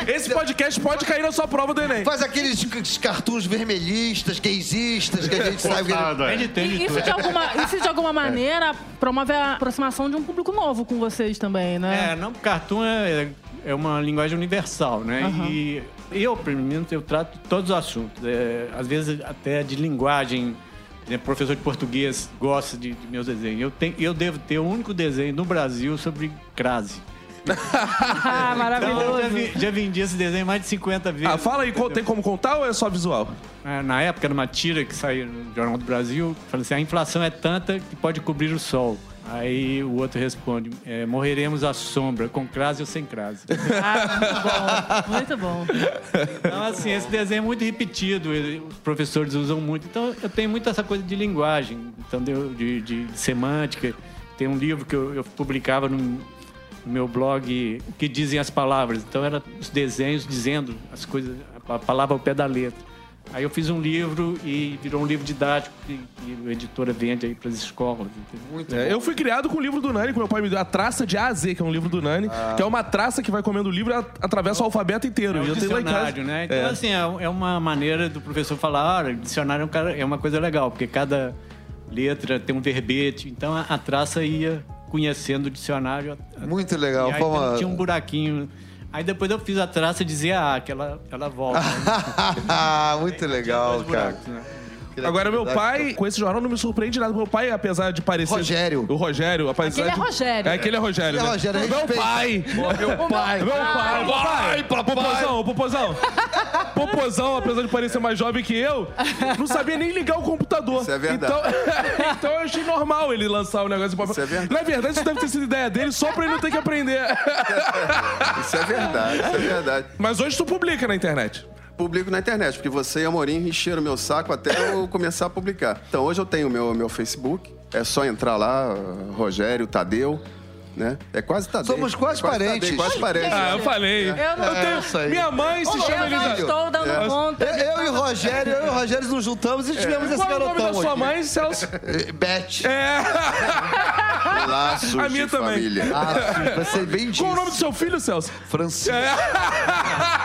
[SPEAKER 1] Esse podcast pode cair na sua prova do Enem.
[SPEAKER 2] Faz aqueles c- cartuns vermelhistas, gaysistas, que a gente sabe que...
[SPEAKER 4] Forçado, é.
[SPEAKER 6] Ele tem de
[SPEAKER 3] E
[SPEAKER 6] tudo.
[SPEAKER 3] isso de alguma, isso de alguma maneira promove a aproximação de um público novo com vocês também, né?
[SPEAKER 6] É, não, cartoon é, é uma linguagem universal, né?
[SPEAKER 3] Aham.
[SPEAKER 6] E eu, pelo menos, eu trato todos os assuntos. É, às vezes até de linguagem. Por exemplo, professor de português gosta de, de meus desenhos. Eu, tenho, eu devo ter o único desenho no Brasil sobre crase.
[SPEAKER 3] Ah,
[SPEAKER 6] Então, eu já,
[SPEAKER 3] maravilhoso.
[SPEAKER 6] vi- já vendi esse desenho mais de 50 vezes.
[SPEAKER 1] Ah, fala aí, co- tem como contar ou é só visual?
[SPEAKER 6] É, Na época, era uma tira que saiu no Jornal do Brasil, falando assim, a inflação é tanta que pode cobrir o sol. Aí o outro responde, é, morreremos à sombra, com crase ou sem crase.
[SPEAKER 3] Ah, muito bom. Muito bom.
[SPEAKER 6] Então, assim, esse desenho é muito repetido, ele- os professores usam muito. Então, eu tenho muito essa coisa de linguagem, entendeu? De, de semântica. Tem um livro que eu, eu publicava no, no meu blog, O que dizem as palavras. Então, eram os desenhos dizendo as coisas, a palavra ao pé da letra. Aí eu fiz um livro e virou um livro didático que, que a editora vende aí para as escolas, entendeu?
[SPEAKER 1] É, eu fui criado com o livro do Nani, que meu pai me deu. A traça de A a Z, que é um livro do Nani, que é uma traça que vai comendo o livro e a- atravessa o alfabeto inteiro.
[SPEAKER 6] É
[SPEAKER 1] e
[SPEAKER 6] um
[SPEAKER 1] eu tenho lá em casa.
[SPEAKER 6] dicionário, né? Então,
[SPEAKER 1] É.
[SPEAKER 6] assim, é um- é uma maneira do professor falar, olha, dicionário é, um cara- é uma coisa legal, porque cada letra tem um verbete. Então, a, a traça ia conhecendo o dicionário. a- a-
[SPEAKER 2] Muito
[SPEAKER 6] e
[SPEAKER 2] legal,
[SPEAKER 6] aí,
[SPEAKER 2] foi uma...
[SPEAKER 6] tinha um buraquinho. Aí depois eu fiz a traça e dizia, ah, que ela, ela volta. né?
[SPEAKER 2] Ah, Muito legal, cara.
[SPEAKER 6] Buracos, né?
[SPEAKER 1] Agora, meu pai, com esse jornal, não me surpreende nada. Meu pai, apesar de parecer.
[SPEAKER 2] Rogério.
[SPEAKER 1] O Rogério, apesar
[SPEAKER 3] Aquele é
[SPEAKER 1] de-
[SPEAKER 3] Rogério.
[SPEAKER 1] É, aquele é Rogério.
[SPEAKER 2] Aquele é
[SPEAKER 1] né?
[SPEAKER 2] Rogério,
[SPEAKER 1] meu
[SPEAKER 2] respeita.
[SPEAKER 1] pai. Meu pai. Meu pai. Pai, Popozão, popozão. Popozão, apesar de parecer mais jovem que eu, não sabia nem ligar o computador.
[SPEAKER 5] Isso é verdade.
[SPEAKER 1] Então, então eu achei normal ele lançar o negócio de papel.
[SPEAKER 5] Isso é verdade.
[SPEAKER 1] Na verdade, isso deve ter sido ideia dele só pra ele não ter que aprender.
[SPEAKER 5] Isso é verdade, isso é verdade.
[SPEAKER 1] Mas hoje tu publica na internet.
[SPEAKER 5] Publico na internet, porque você e a Morim encheram meu saco até eu começar a publicar. Então hoje eu tenho meu, meu Facebook, é só entrar lá, Rogério Tadeu. né? É quase Tadei.
[SPEAKER 2] Somos quase
[SPEAKER 5] É quase Tadei,
[SPEAKER 2] parentes.
[SPEAKER 5] quase parentes.
[SPEAKER 1] Ah, eu falei.
[SPEAKER 3] Eu não-
[SPEAKER 1] Eu tenho-
[SPEAKER 2] essa aí.
[SPEAKER 1] Minha mãe se chama
[SPEAKER 3] Eu não
[SPEAKER 1] Elisa.
[SPEAKER 3] estou dando
[SPEAKER 2] Eu,
[SPEAKER 3] conta. de
[SPEAKER 2] eu e o Rogério, eu e o Rogério nos juntamos e tivemos esse
[SPEAKER 1] Qual é o nome da
[SPEAKER 2] garotão
[SPEAKER 1] sua
[SPEAKER 2] aqui.
[SPEAKER 1] mãe, Celso?
[SPEAKER 2] Eh, Beth.
[SPEAKER 1] É.
[SPEAKER 5] Laços
[SPEAKER 1] A minha
[SPEAKER 5] de
[SPEAKER 1] também.
[SPEAKER 5] família.
[SPEAKER 2] Ah, sim, vai ser bem
[SPEAKER 1] Qual o nome
[SPEAKER 2] disso.
[SPEAKER 1] do seu filho, Celso? É.
[SPEAKER 2] Francisco.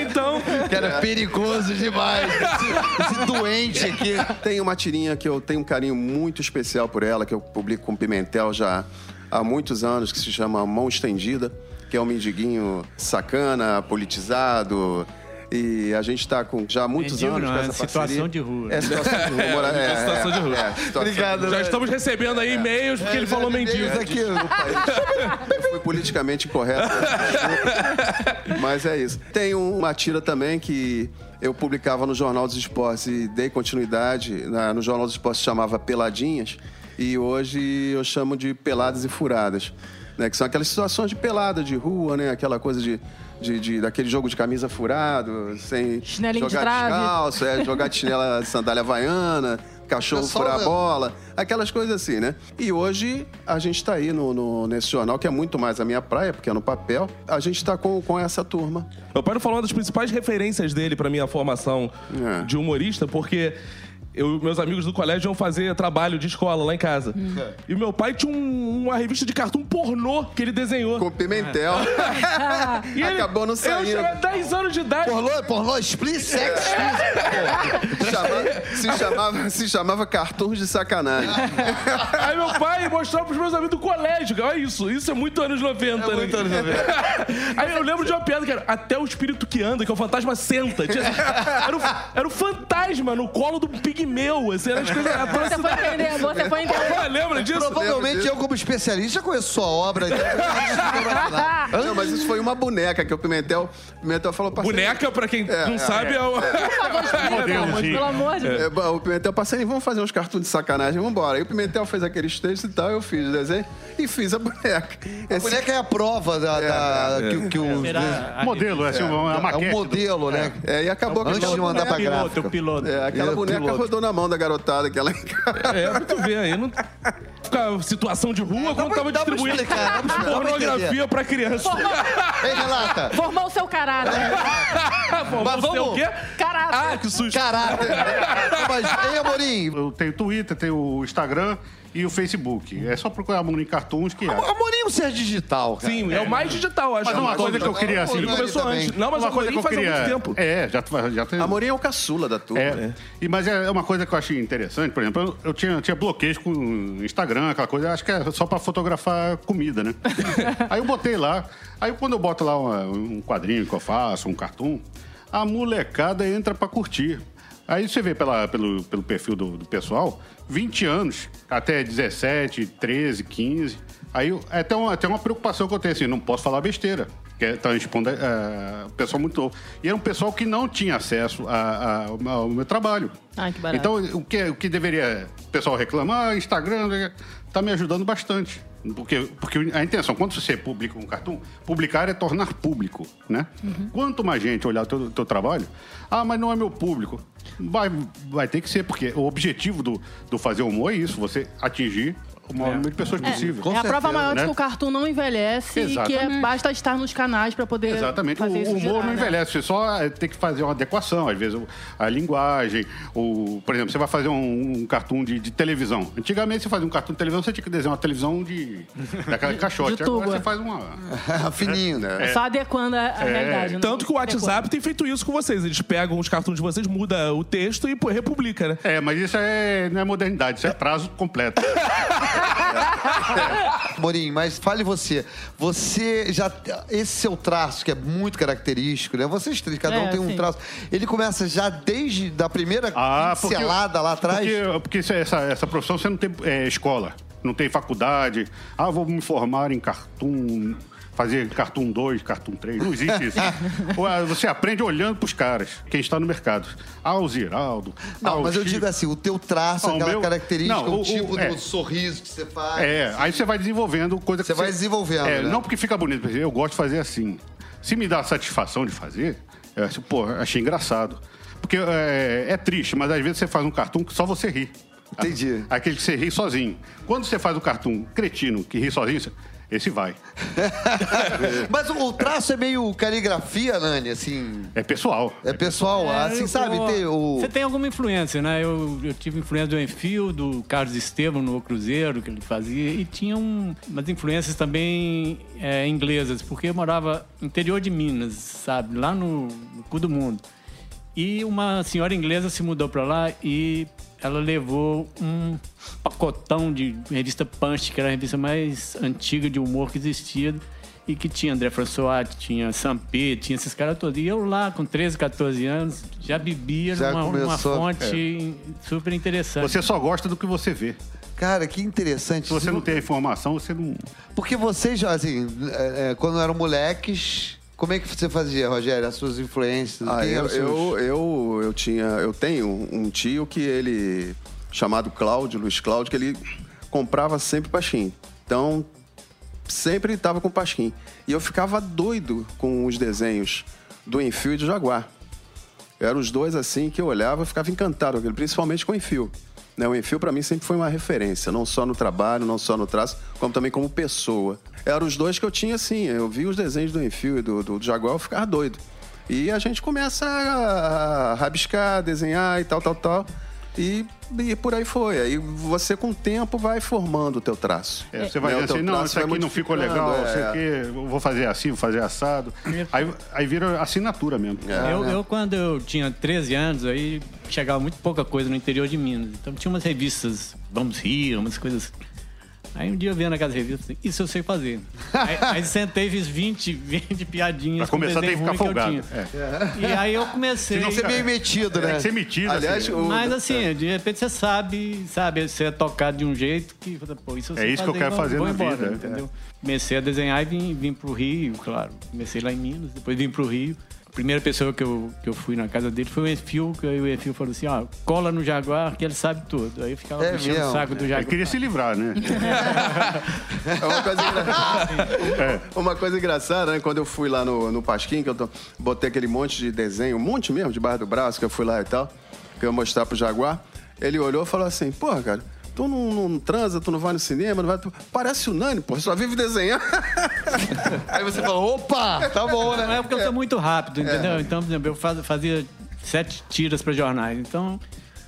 [SPEAKER 1] então,
[SPEAKER 2] Que era perigoso demais. Esse, esse doente aqui.
[SPEAKER 5] Tem Ah, uma tirinha que eu tenho um carinho muito especial por ela, que eu publico com Pimentel já há muitos anos, que se chama Mão Estendida, que é um mendiguinho sacana, politizado. E a gente está com já há muitos
[SPEAKER 6] Mendigo
[SPEAKER 5] anos
[SPEAKER 6] não,
[SPEAKER 5] com
[SPEAKER 6] é
[SPEAKER 5] essa
[SPEAKER 6] situação
[SPEAKER 5] parceria.
[SPEAKER 6] de rua.
[SPEAKER 5] É situação de rua. mora- É,
[SPEAKER 1] situação de rua.
[SPEAKER 5] situação
[SPEAKER 2] Obrigado.
[SPEAKER 5] né?
[SPEAKER 1] já estamos recebendo aí e-mails porque ele
[SPEAKER 5] É,
[SPEAKER 1] falou mendigo.
[SPEAKER 2] Aqui,
[SPEAKER 5] Eu fui politicamente incorreto. Mas é isso. Tem um- uma tira também que eu publicava no Jornal dos Esportes e dei continuidade. na- no Jornal dos Esportes chamava Peladinhas. E hoje eu chamo de Peladas e Furadas. né? que são aquelas situações de pelada, de rua, né? Aquela coisa de, de- de- daquele jogo de camisa furado, sem
[SPEAKER 3] Chinelinho de
[SPEAKER 5] jogar
[SPEAKER 3] trave.
[SPEAKER 5] descalço, é, jogar de chinela, sandália havaiana, cachorro
[SPEAKER 2] Pessoal
[SPEAKER 5] furar a
[SPEAKER 2] mesmo.
[SPEAKER 5] bola bola, aquelas coisas assim, né? E hoje a gente tá aí no, no- nesse jornal, que é muito mais a minha praia, porque é no papel. A gente tá com, com essa turma.
[SPEAKER 1] Meu pai não falou uma das principais referências dele pra minha formação
[SPEAKER 5] É.
[SPEAKER 1] de humorista, porque eu, meus amigos do colégio iam fazer trabalho de escola lá em casa.
[SPEAKER 5] Hum.
[SPEAKER 1] É. E meu pai tinha um- uma revista de cartoon pornô que ele desenhou.
[SPEAKER 5] Com o Pimentel.
[SPEAKER 1] E ele-
[SPEAKER 5] Acabou não saindo.
[SPEAKER 1] Eu tinha 10 anos de idade.
[SPEAKER 2] pornô, pornô, split sex, split.
[SPEAKER 5] Chama- se, chamava, se chamava Cartões de Sacanagem.
[SPEAKER 1] Aí meu pai mostrava pros meus amigos do colégio. cara, Olha isso, isso é muito anos 90, né?
[SPEAKER 2] muito anos 90.
[SPEAKER 1] Aí eu lembro de uma piada que era até o espírito que anda, que é o fantasma senta. Tinha- assim, Era o, era o fantasma no colo do pigmeu, assim, era as coisas
[SPEAKER 3] Você foi
[SPEAKER 1] atrocidades.
[SPEAKER 3] entender, você foi entender.
[SPEAKER 1] Ah, lembra disso?
[SPEAKER 2] Provavelmente eu, como especialista, conheço sua obra.
[SPEAKER 5] Não, mas isso foi uma boneca que o Pimentel, Pimentel falou "Parceiro,
[SPEAKER 1] Boneca, pra quem não sabe, é, o.
[SPEAKER 4] Modelzinho.
[SPEAKER 3] Pelo amor de Deus.
[SPEAKER 5] É, bom, o Pimentel, parceiro, vamos fazer uns cartoons de sacanagem, vamos embora. Aí o Pimentel fez aqueles textos e tal, eu fiz o desenho e fiz a boneca.
[SPEAKER 2] A
[SPEAKER 5] Esse-
[SPEAKER 2] boneca é a prova da, da-
[SPEAKER 5] é.
[SPEAKER 2] que, que o.
[SPEAKER 6] Será?
[SPEAKER 4] Modelo, é assim, uma uma
[SPEAKER 2] É
[SPEAKER 4] maquete.
[SPEAKER 2] um modelo, né?
[SPEAKER 5] É, e acabou que
[SPEAKER 2] Antes
[SPEAKER 5] aquela
[SPEAKER 2] de mandar pra
[SPEAKER 6] piloto,
[SPEAKER 2] gráfica.
[SPEAKER 6] o piloto.
[SPEAKER 5] É, aquela
[SPEAKER 2] Eu,
[SPEAKER 5] boneca
[SPEAKER 2] piloto.
[SPEAKER 5] rodou na mão da garotada que ela
[SPEAKER 1] É, pra tu ver aí. Não... Fica situação de rua, como
[SPEAKER 2] pra-
[SPEAKER 1] tava
[SPEAKER 2] dá pra
[SPEAKER 1] distribuindo
[SPEAKER 2] explicar, dá pra explicar, dá pra
[SPEAKER 1] pornografia pra criança.
[SPEAKER 2] Ei, Renata!
[SPEAKER 3] Formou o seu caráter.
[SPEAKER 1] Pô,
[SPEAKER 2] Mas
[SPEAKER 1] você é o
[SPEAKER 2] vamos-
[SPEAKER 1] quê?
[SPEAKER 3] Caráter.
[SPEAKER 1] Ah, que susto.
[SPEAKER 2] Caráter! Mas, ei, Amorim!
[SPEAKER 4] Eu tenho Twitter, tenho o Instagram e o Facebook. É só procurar Muni Cartoons que acha.
[SPEAKER 2] Amorim é um ser digital, cara.
[SPEAKER 1] Sim, é o mais digital, acho.
[SPEAKER 4] Mas uma
[SPEAKER 1] de
[SPEAKER 4] coisa
[SPEAKER 1] todos.
[SPEAKER 4] que eu queria, assim...
[SPEAKER 1] Ele começou
[SPEAKER 2] também.
[SPEAKER 1] antes. Não, mas uma coisa que faz há muito tempo.
[SPEAKER 4] É, já, tu- já tem...
[SPEAKER 5] Amorim é o caçula da turma.
[SPEAKER 4] É. E, mas é uma coisa que eu achei interessante, por exemplo, eu, eu tinha, eu tinha bloqueios com o Instagram, aquela coisa, acho que é só pra fotografar comida, né? aí eu botei lá, aí quando eu boto lá uma- um quadrinho que eu faço, um cartoon, a molecada entra pra curtir. Aí você vê pela, pelo, pelo perfil do, do pessoal, 20 anos, até 17, 13, 15. Aí eu- é até uma, até uma preocupação que eu tenho, assim, não posso falar besteira. Que é- tá expondo é, pessoal muito novo. E era um pessoal que não tinha acesso a- a- ao, ao meu trabalho.
[SPEAKER 3] Ai, que barato.
[SPEAKER 4] Então, o que, o que deveria o pessoal reclamar, ah, Instagram, tá me ajudando bastante. Porque, porque a intenção, quando você publica um cartoon, publicar é tornar público, né?
[SPEAKER 3] Uhum.
[SPEAKER 4] Quanto mais gente olhar o teu, teu trabalho, ah, mas não é meu público. Vai, vai ter que ser, porque o objetivo do, do fazer humor é isso, você atingir o maior número de pessoas possível.
[SPEAKER 3] é a prova maior de
[SPEAKER 4] né?
[SPEAKER 3] que o cartoon não envelhece e que é-
[SPEAKER 4] Exatamente.
[SPEAKER 3] basta estar nos canais pra poder
[SPEAKER 4] Exatamente. O,
[SPEAKER 3] fazer isso
[SPEAKER 4] o humor
[SPEAKER 3] girar, né?
[SPEAKER 4] não envelhece, você só eh, tem que fazer uma adequação, às vezes o- a linguagem, ou, por exemplo, você vai fazer um, um cartoon de, de televisão. Antigamente você fazia um cartoon de televisão, você tinha que desenhar uma televisão de daquela de caixote.
[SPEAKER 3] de
[SPEAKER 4] Agora
[SPEAKER 3] tuba.
[SPEAKER 4] você faz uma
[SPEAKER 5] é
[SPEAKER 2] Fininho, né?
[SPEAKER 3] Só adequando a, a realidade. né?
[SPEAKER 1] Tanto que o WhatsApp tem feito isso com vocês. Eles pegam os cartões de vocês, muda o texto e pô, republica, né?
[SPEAKER 4] É, mas isso é, não é modernidade, isso é prazo completo.
[SPEAKER 2] Morim, mas fale você. Você já. Esse seu traço, que é muito característico, né? Vocês três, cada
[SPEAKER 3] É,
[SPEAKER 2] um tem um
[SPEAKER 3] sim.
[SPEAKER 2] traço. Ele começa já desde da primeira
[SPEAKER 4] Ah, porque-
[SPEAKER 2] pincelada lá atrás.
[SPEAKER 4] Porque, porque isso é- essa, essa profissão você não tem é, escola, não tem faculdade. Ah, vou me formar em cartoon, fazer cartoon 2, cartoon 3. Não existe isso. Ou, ah, você aprende olhando pros caras, quem está no mercado. Ah, o Ziraldo. ah,
[SPEAKER 2] Não,
[SPEAKER 4] o
[SPEAKER 2] mas eu
[SPEAKER 4] Chico.
[SPEAKER 2] digo assim, o teu traço,
[SPEAKER 4] Não, o
[SPEAKER 2] aquela
[SPEAKER 4] meu-
[SPEAKER 2] característica,
[SPEAKER 4] não,
[SPEAKER 2] o,
[SPEAKER 4] o-
[SPEAKER 2] tipo
[SPEAKER 4] o- é.
[SPEAKER 2] do sorriso que você faz.
[SPEAKER 4] É, aí você vai desenvolvendo coisa
[SPEAKER 2] Você vai desenvolvendo,
[SPEAKER 4] É,
[SPEAKER 2] né?
[SPEAKER 4] Não porque fica bonito, porque eu gosto de fazer assim. Se me dá a satisfação de fazer, eu acho, pô, achei engraçado. Porque é, é triste, mas às vezes você faz um cartoon que só você ri.
[SPEAKER 2] Entendi.
[SPEAKER 4] Aquele que você ri sozinho. Quando você faz o cartoon cretino que ri sozinho, você- esse vai.
[SPEAKER 2] Mas o o traço é meio caligrafia, Nani, assim.
[SPEAKER 4] É pessoal.
[SPEAKER 2] É pessoal, assim,
[SPEAKER 6] eu-
[SPEAKER 2] sabe?
[SPEAKER 6] eu-
[SPEAKER 2] Tem o...
[SPEAKER 6] Você tem alguma influência, né? Eu, eu tive influência do Enfio, do Carlos Estevam no Cruzeiro, que ele fazia, e tinha um, umas influências também é, inglesas, porque eu morava no interior de Minas, sabe? Lá no, no cu do mundo. E uma senhora inglesa se mudou pra lá e ela levou um pacotão de revista Punch, que era a revista mais antiga de humor que existia. E que tinha André François, tinha Sampi, tinha esses caras todos. E eu lá, com 13, 14 anos, já bebia
[SPEAKER 2] Já
[SPEAKER 6] numa uma
[SPEAKER 2] começou,
[SPEAKER 6] fonte super interessante.
[SPEAKER 4] É. Você só gosta do que você vê.
[SPEAKER 2] Cara, que interessante.
[SPEAKER 4] Se você não tem a informação, você não.
[SPEAKER 2] Porque vocês, assim, é, é, quando eram moleques, como é que você fazia, Rogério? As suas influências?
[SPEAKER 5] Ah,
[SPEAKER 2] Quem eram
[SPEAKER 5] eu,
[SPEAKER 2] os seus-
[SPEAKER 5] eu, eu, eu tinha, eu tenho um tio que ele chamado Cláudio, Luiz Cláudio, que ele comprava sempre pasquim. Então sempre estava com pasquim. E eu ficava doido com os desenhos do Enfio e do Jaguar. Eram os dois assim que eu olhava e ficava encantado, com aquilo, principalmente com o Enfio. Né, o Enfio para mim sempre foi uma referência, não só no trabalho, não só no traço, como também como pessoa. Eram os dois que eu tinha assim, eu vi os desenhos do Enfio e do, do, do Jaguar, eu ficava doido. E a gente começa a, a rabiscar, desenhar e tal, tal, tal. E, e por aí foi. Aí você com o tempo vai formando o teu traço.
[SPEAKER 4] É, você vai
[SPEAKER 5] Né, o
[SPEAKER 4] dizer
[SPEAKER 5] teu
[SPEAKER 4] assim, não,
[SPEAKER 5] traço
[SPEAKER 4] isso
[SPEAKER 5] vai
[SPEAKER 4] aqui não ficou legal,
[SPEAKER 5] modificando,
[SPEAKER 4] sei
[SPEAKER 5] é.
[SPEAKER 4] o quê, eu vou fazer assim, vou fazer assado. Aí, aí vira assinatura mesmo.
[SPEAKER 6] eu, eu, quando eu tinha 13 anos, aí chegava muito pouca coisa no interior de Minas. Então tinha umas revistas, Vamos Rir, umas coisas. Aí um dia eu vendo aquelas revistas, assim, isso eu sei fazer. aí, aí sentei e fiz 20, 20 piadinhas.
[SPEAKER 4] Pra
[SPEAKER 6] com
[SPEAKER 4] começar, tem que
[SPEAKER 6] um desenho
[SPEAKER 4] ficar
[SPEAKER 6] ruim
[SPEAKER 4] folgado. É.
[SPEAKER 6] eu tinha. E aí eu comecei.
[SPEAKER 2] Você é meio metido,
[SPEAKER 4] Tem
[SPEAKER 2] né?
[SPEAKER 4] que ser metido,
[SPEAKER 5] Aliás,
[SPEAKER 4] assim.
[SPEAKER 5] o-
[SPEAKER 6] Mas assim, de repente você sabe, sabe, você é tocado de um jeito que, pô, isso eu
[SPEAKER 4] É
[SPEAKER 6] sei
[SPEAKER 4] isso que eu quero
[SPEAKER 6] vou-
[SPEAKER 4] fazer
[SPEAKER 6] vou
[SPEAKER 4] na
[SPEAKER 6] embora,
[SPEAKER 4] vida, é.
[SPEAKER 6] entendeu? Comecei a desenhar e vim, vim pro Rio, claro. Comecei lá em Minas, depois vim pro Rio. A primeira pessoa que eu, que eu fui na casa dele foi o Enfio, que aí o Enfio falou assim, ó, cola no Jaguar que ele sabe tudo. Aí eu ficava
[SPEAKER 2] É
[SPEAKER 6] mexendo
[SPEAKER 2] mesmo?
[SPEAKER 6] o saco do Jaguar.
[SPEAKER 4] Ele queria se livrar, né?
[SPEAKER 5] É uma coisa, engra- uma coisa engraçada, né? Quando eu fui lá no, no Pasquim, que eu to- botei aquele monte de desenho, um monte mesmo, de barra do braço, que eu fui lá e tal, que eu ia mostrar pro Jaguar, ele olhou e falou assim, porra, cara, tu não, não transa, tu não vai no cinema, não vai... Tu... Parece o Nani, porra, só vive desenhar.
[SPEAKER 2] Aí você fala, opa, tá bom, né?
[SPEAKER 6] Não é porque eu sou muito rápido, entendeu? Então, por exemplo, eu faz- fazia sete tiras para jornais. Então,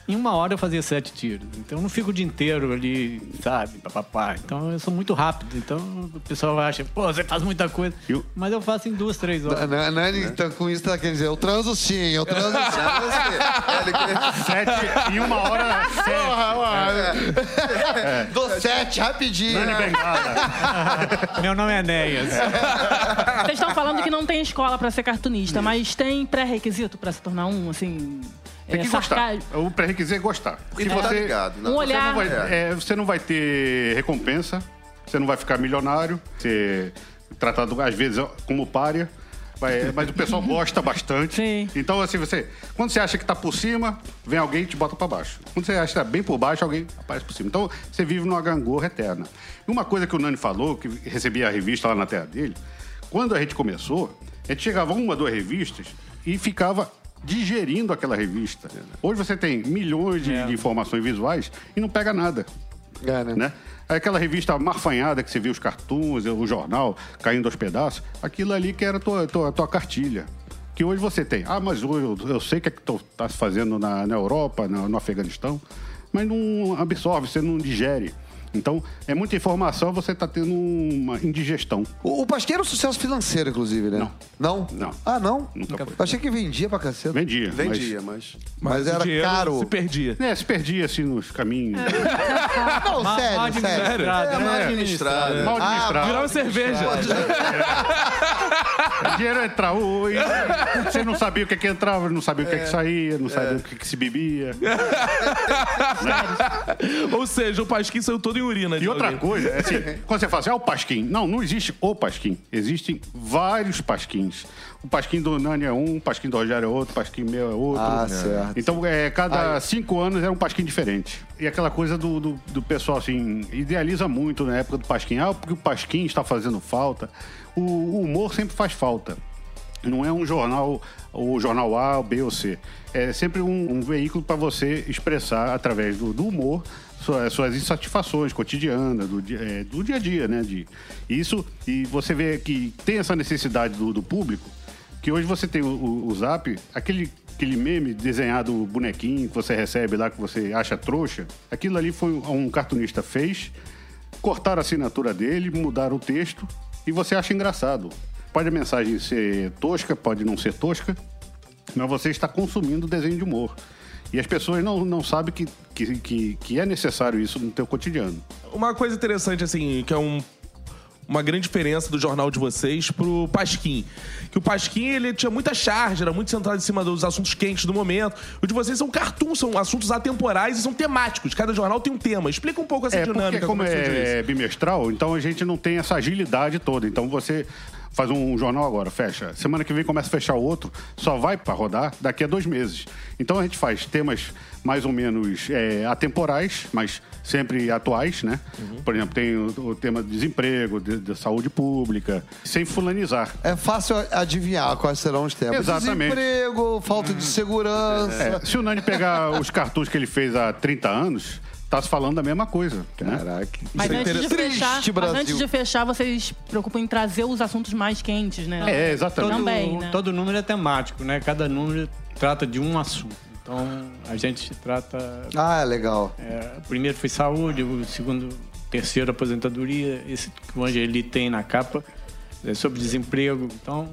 [SPEAKER 6] em uma hora eu fazia sete tiras. Então, eu não fico o dia inteiro ali, sabe? Papapá. Então, eu sou muito rápido. Então, o pessoal acha, pô, você faz muita coisa.
[SPEAKER 4] E o-
[SPEAKER 6] Mas eu faço em duas, três
[SPEAKER 2] A
[SPEAKER 6] horas.
[SPEAKER 2] Na- Nani, então, com isso, tá querendo dizer, eu transo sim, eu transo sim.
[SPEAKER 5] É,
[SPEAKER 4] Sete, em uma hora, sete. É,
[SPEAKER 2] Dou sete, rapidinho.
[SPEAKER 4] Nani Bengala.
[SPEAKER 6] Meu nome é Enéas.
[SPEAKER 3] Vocês estão falando que não tem escola pra ser cartunista, mas tem pré-requisito pra se tornar um, assim.
[SPEAKER 4] Tem que gostar. O pré-requisito é gostar. Porque
[SPEAKER 5] tá ligado, né?
[SPEAKER 3] Um
[SPEAKER 4] Você não,
[SPEAKER 3] olhar.
[SPEAKER 4] vai, é, você não vai ter recompensa, você não vai ficar milionário, ser tratado às vezes como pária. vai- mas o pessoal gosta bastante.
[SPEAKER 3] Sim.
[SPEAKER 4] Então, assim, você. Quando você acha que tá por cima, vem alguém e te bota pra baixo. Quando você acha que tá bem por baixo, alguém aparece por cima. Então, você vive numa gangorra eterna. E uma coisa que o Nani falou, que recebia a revista lá na terra dele, quando a gente começou, a gente chegava uma, duas revistas e ficava digerindo aquela revista. Hoje você tem milhões de- de informações visuais e não pega nada
[SPEAKER 2] É, né?
[SPEAKER 4] né? Aquela revista marfanhada que você via os cartoons, o jornal caindo aos pedaços, aquilo ali que era a tua, tua, tua cartilha. Que hoje você tem. Ah, mas hoje eu, eu sei o que é que tô- tá se fazendo na, na Europa, na- no Afeganistão, mas não absorve, você não digere. Então, é muita informação, você tá tendo uma indigestão.
[SPEAKER 2] O, o Pasquim era um sucesso financeiro, inclusive, né?
[SPEAKER 4] Não.
[SPEAKER 2] Não?
[SPEAKER 4] Não.
[SPEAKER 2] Ah, não?
[SPEAKER 4] Nunca foi.
[SPEAKER 2] Achei que vendia pra caceta.
[SPEAKER 4] Vendia.
[SPEAKER 5] Vendia, mas...
[SPEAKER 2] Mas,
[SPEAKER 1] o
[SPEAKER 2] era
[SPEAKER 1] dinheiro
[SPEAKER 2] caro.
[SPEAKER 1] Se perdia.
[SPEAKER 4] Mas, né, se perdia assim nos caminhos.
[SPEAKER 2] Não, sério, sério.
[SPEAKER 6] administrado,
[SPEAKER 5] É,
[SPEAKER 6] mal
[SPEAKER 5] mal
[SPEAKER 6] administrado.
[SPEAKER 5] administrado.
[SPEAKER 4] Mal
[SPEAKER 2] Ah,
[SPEAKER 1] Virava
[SPEAKER 4] administrado.
[SPEAKER 1] cerveja.
[SPEAKER 4] O dinheiro entrava. o- e- Você não sabia o que, que entrava, não sabia o que, que saía, não sabia o que, que se bebia.
[SPEAKER 1] Ou seja, o Pasquim saiu todo em urina. né, de
[SPEAKER 4] E outra
[SPEAKER 1] alguém.
[SPEAKER 4] coisa, é assim, quando você fala assim, ah, o Pasquim. Não, não existe o Pasquim. Existem vários Pasquins. O Pasquim do Nani é um, o Pasquim do Rogério é outro, o Pasquim meu é outro.
[SPEAKER 2] Ah,
[SPEAKER 4] É.
[SPEAKER 2] certo.
[SPEAKER 4] Então, é, cada cinco anos era um Pasquim diferente. E aquela coisa do, do, do pessoal, assim, idealiza muito na época do Pasquim. Ah, porque o Pasquim está fazendo falta. O, o humor sempre faz falta. Não é um jornal, o jornal A, o B ou C. É sempre um, um veículo para você expressar, através do, do humor, sua- suas, insatisfações cotidianas, do, di- é, do dia a dia, né? De, isso, e você vê que tem essa necessidade do, do público, que hoje você tem o, o- o Zap, aquele, aquele meme desenhado, o bonequinho que você recebe lá, que você acha trouxa, aquilo ali foi um um cartunista fez, cortaram a assinatura dele, mudaram o texto e você acha engraçado. Pode a mensagem ser tosca, pode não ser tosca, mas você está consumindo desenho de humor. E as pessoas não, não sabem que, que, que, que é necessário isso no teu cotidiano.
[SPEAKER 1] Uma coisa interessante, assim, que é um- uma grande diferença do jornal de vocês pro Pasquim. Que o Pasquim, ele tinha muita charge, era muito centrado em cima dos assuntos quentes do momento. O de vocês são cartoons, são assuntos atemporais e são temáticos. Cada jornal tem um tema. Explica um pouco essa
[SPEAKER 4] É,
[SPEAKER 1] dinâmica.
[SPEAKER 4] porque como
[SPEAKER 1] surgiu isso.
[SPEAKER 4] é, é bimestral, então a gente não tem essa agilidade toda. Então você faz um jornal agora, fecha. Semana que vem começa a fechar outro, só vai para rodar daqui a dois meses. Então a gente faz temas mais ou menos é, atemporais, mas sempre atuais, né? Por exemplo, tem o, o tema de desemprego, de, de saúde pública, sem fulanizar.
[SPEAKER 2] É fácil adivinhar quais serão os temas.
[SPEAKER 4] Exatamente.
[SPEAKER 2] Desemprego, falta de segurança.
[SPEAKER 4] É, se o Nani pegar os cartuns que ele fez há 30 anos, tá se falando da mesma coisa. né?
[SPEAKER 2] Caraca.
[SPEAKER 3] Mas antes, de
[SPEAKER 2] interessante.
[SPEAKER 3] fechar,
[SPEAKER 2] Triste,
[SPEAKER 3] mas
[SPEAKER 2] Brasil.
[SPEAKER 3] antes de fechar, vocês se preocupam em trazer os assuntos mais quentes, né?
[SPEAKER 4] É, exatamente.
[SPEAKER 3] Também, né?
[SPEAKER 6] todo número é temático, né? Cada número trata de um assunto. Então, a gente trata...
[SPEAKER 2] Ah, legal.
[SPEAKER 6] é, o primeiro foi saúde, o segundo, o terceiro, aposentadoria. Esse que o Angeli tem na capa é sobre desemprego. Então,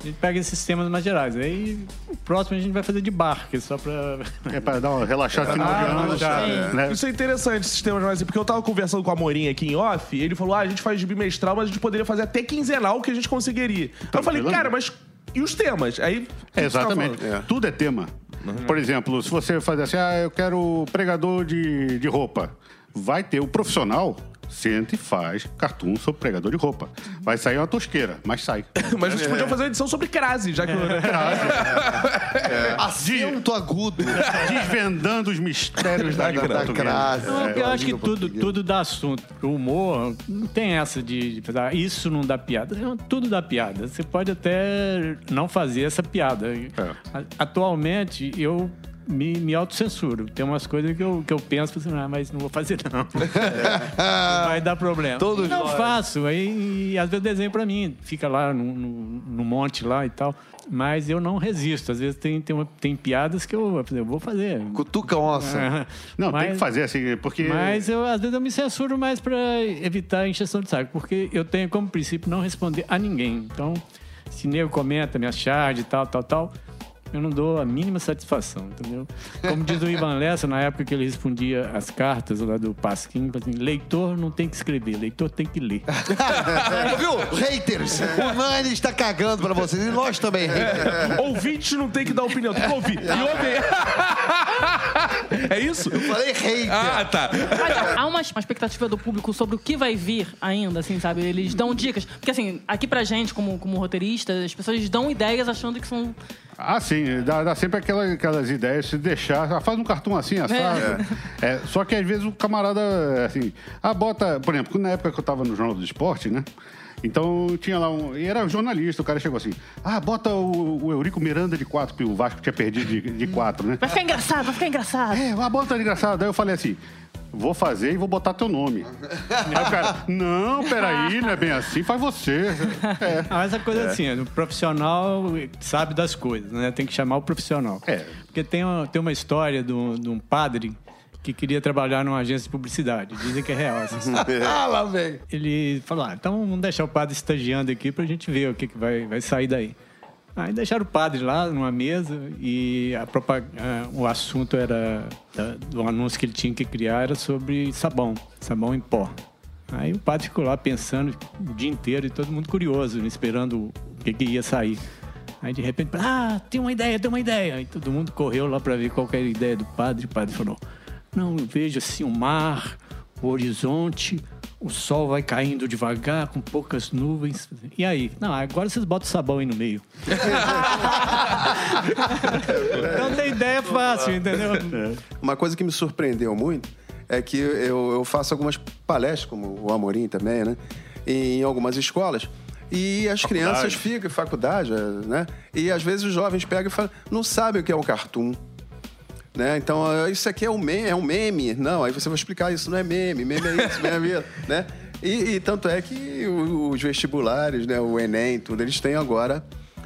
[SPEAKER 6] a gente pega esses temas mais gerais. Aí, o próximo a gente vai fazer de barco, só pra...
[SPEAKER 4] É para dar uma relaxada final de
[SPEAKER 6] Ah,
[SPEAKER 4] ano.
[SPEAKER 6] relaxada, é.
[SPEAKER 4] né?
[SPEAKER 1] Isso é interessante, esses temas mais assim, porque eu tava conversando com a Morinha aqui em off, e ele falou: ah, a gente faz de bimestral, mas a gente poderia fazer até quinzenal que a gente conseguiria.
[SPEAKER 2] Tá
[SPEAKER 1] Aí eu falei,
[SPEAKER 4] Tranquilo,
[SPEAKER 1] cara,
[SPEAKER 4] né?
[SPEAKER 1] mas. E os temas? Aí. o que você tá
[SPEAKER 4] Exatamente.
[SPEAKER 1] falando?
[SPEAKER 4] Tudo é tema. Por exemplo, se você fazer assim, ah, eu quero pregador de, de roupa, vai ter o profissional. Senta e faz cartoon sobre pregador de roupa. Vai sair uma tosqueira, mas sai.
[SPEAKER 1] Mas vocês
[SPEAKER 2] É.
[SPEAKER 1] podiam fazer uma edição sobre crase, já que.
[SPEAKER 4] É.
[SPEAKER 2] Acento agudo.
[SPEAKER 4] Desvendando os mistérios da
[SPEAKER 1] Da
[SPEAKER 4] língua
[SPEAKER 1] cra-
[SPEAKER 4] portuguesa.
[SPEAKER 2] crase.
[SPEAKER 6] Não,
[SPEAKER 2] É,
[SPEAKER 6] eu acho que
[SPEAKER 2] língua
[SPEAKER 6] tudo,
[SPEAKER 2] portuguesa.
[SPEAKER 6] tudo dá assunto. O humor não tem essa de, de pensar, isso não dá piada. Não, tudo dá piada. Você pode até não fazer essa piada. A- Atualmente, eu me, me autocensuro. Tem umas coisas que eu, que eu penso, assim, ah, mas não vou fazer não. Vai dar problema.
[SPEAKER 2] Todos
[SPEAKER 6] não
[SPEAKER 2] nós.
[SPEAKER 6] faço. Aí, e às vezes desenho pra mim. Fica lá no, no- no monte lá e tal. Mas eu não resisto. Às vezes tem, tem, uma- tem piadas que eu, eu vou fazer.
[SPEAKER 2] Cutuca onça.
[SPEAKER 4] Não, tem que
[SPEAKER 6] Mas-
[SPEAKER 4] fazer assim, porque.
[SPEAKER 6] mas eu, às vezes eu me censuro mais para evitar a injeção de saco, porque eu tenho como princípio não responder a ninguém. Então, se nego comenta minha charge e tal, tal, tal, eu não dou a mínima satisfação, entendeu? Como diz o Ivan Lessa, na época que ele respondia as cartas lá do Pasquim, falou assim, leitor não tem que escrever, leitor tem que ler. É.
[SPEAKER 2] É, Viu? Haters.
[SPEAKER 4] É.
[SPEAKER 2] O Nani está cagando pra vocês. E nós também, haters.
[SPEAKER 1] Ouvinte não tem que dar opinião, tem que ouvir. E ouvir. é isso?
[SPEAKER 2] Eu falei hater.
[SPEAKER 1] Ah, tá.
[SPEAKER 3] Mas há uma uma expectativa do público sobre o que vai vir ainda, assim, sabe? Eles dão dicas. Porque, assim, aqui pra gente, como, como roteirista, as pessoas dão ideias achando que são.
[SPEAKER 4] Ah, sim, dá, dá sempre aquelas, aquelas ideias, se deixar, ah, faz um cartão assim, assado. É, só que às vezes o camarada, assim, ah, bota, por exemplo, na época que eu tava no Jornal do Esporte, né? Então tinha lá um. E era jornalista, o cara chegou assim: ah, bota o, o Eurico Miranda de quatro, porque o Vasco tinha perdido de, de quatro, né?
[SPEAKER 3] Vai ficar engraçado, vai ficar engraçado.
[SPEAKER 4] É, uma bota engraçada. Aí eu falei assim. Vou fazer e vou botar teu nome. Aí o cara, não, peraí, não é bem assim, faz você. É.
[SPEAKER 6] Ah, Mas a coisa é assim, o profissional sabe das coisas, né? Tem que chamar o profissional.
[SPEAKER 4] É.
[SPEAKER 6] Porque tem uma, tem uma história de um, de um padre que queria trabalhar numa agência de publicidade. Dizem que é real essa história.
[SPEAKER 2] Ah, lá vem.
[SPEAKER 6] ele falou: ah, então vamos deixar o padre estagiando aqui pra gente ver o que, que vai, vai sair daí. Aí deixaram o padre lá numa mesa e a propa- ah, o assunto era da- do anúncio que ele tinha que criar era sobre sabão, sabão em pó. Aí o padre ficou lá pensando o dia inteiro e todo mundo curioso, esperando o que, que ia sair. Aí de repente, ah, tem uma ideia, tem uma ideia. Aí todo mundo correu lá pra ver qual que era a ideia do padre. O padre falou: Não, eu vejo assim o mar, o horizonte, o sol vai caindo devagar, com poucas nuvens. E aí? Não, agora vocês botam sabão aí no meio. Então tem ideia fácil, entendeu?
[SPEAKER 5] Uma coisa que me surpreendeu muito é que eu, eu faço algumas palestras, como o Amorim também, né? Em algumas escolas. E as crianças ficam, faculdade, né? E às vezes os jovens pegam e falam, não sabem o que é um cartoon. Né? Então, ah, isso aqui é um, meme, é um meme. Não, aí você vai explicar, isso não é meme, meme é isso, meme é aquilo, né? E, e tanto é que o- os vestibulares, né, o Enem, tudo, eles têm agora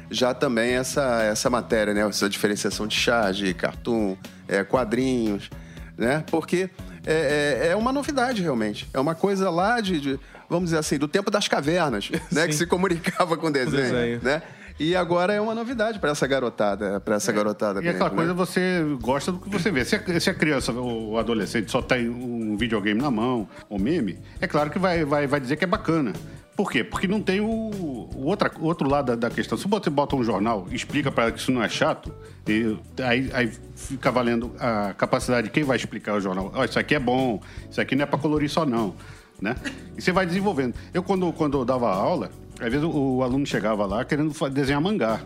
[SPEAKER 5] já também essa, essa matéria, né? Essa diferenciação de charge, cartoon, é, quadrinhos, né? Porque é, é- é uma novidade, realmente. É uma coisa lá de, de, vamos dizer assim, do tempo das cavernas, né? Que se comunicava com desenho,
[SPEAKER 1] desenho.
[SPEAKER 5] né? E agora é uma novidade para essa garotada, para essa garotada.
[SPEAKER 4] E é aquela
[SPEAKER 5] mesmo, né?
[SPEAKER 4] coisa você gosta do que você vê. Se a, se a criança ou o adolescente só tem um videogame na mão, ou meme, é claro que vai, vai, vai dizer que é bacana. Por quê? Porque não tem o, o outra, o outro lado da, da questão. Se você bota um jornal, explica para ela que isso não é chato, e aí, aí fica valendo a capacidade de quem vai explicar o jornal. Ó, isso aqui é bom, isso aqui não é para colorir só não, né? E você vai desenvolvendo. Eu, quando, quando eu dava aula, às vezes o, o aluno chegava lá querendo fa- desenhar mangá.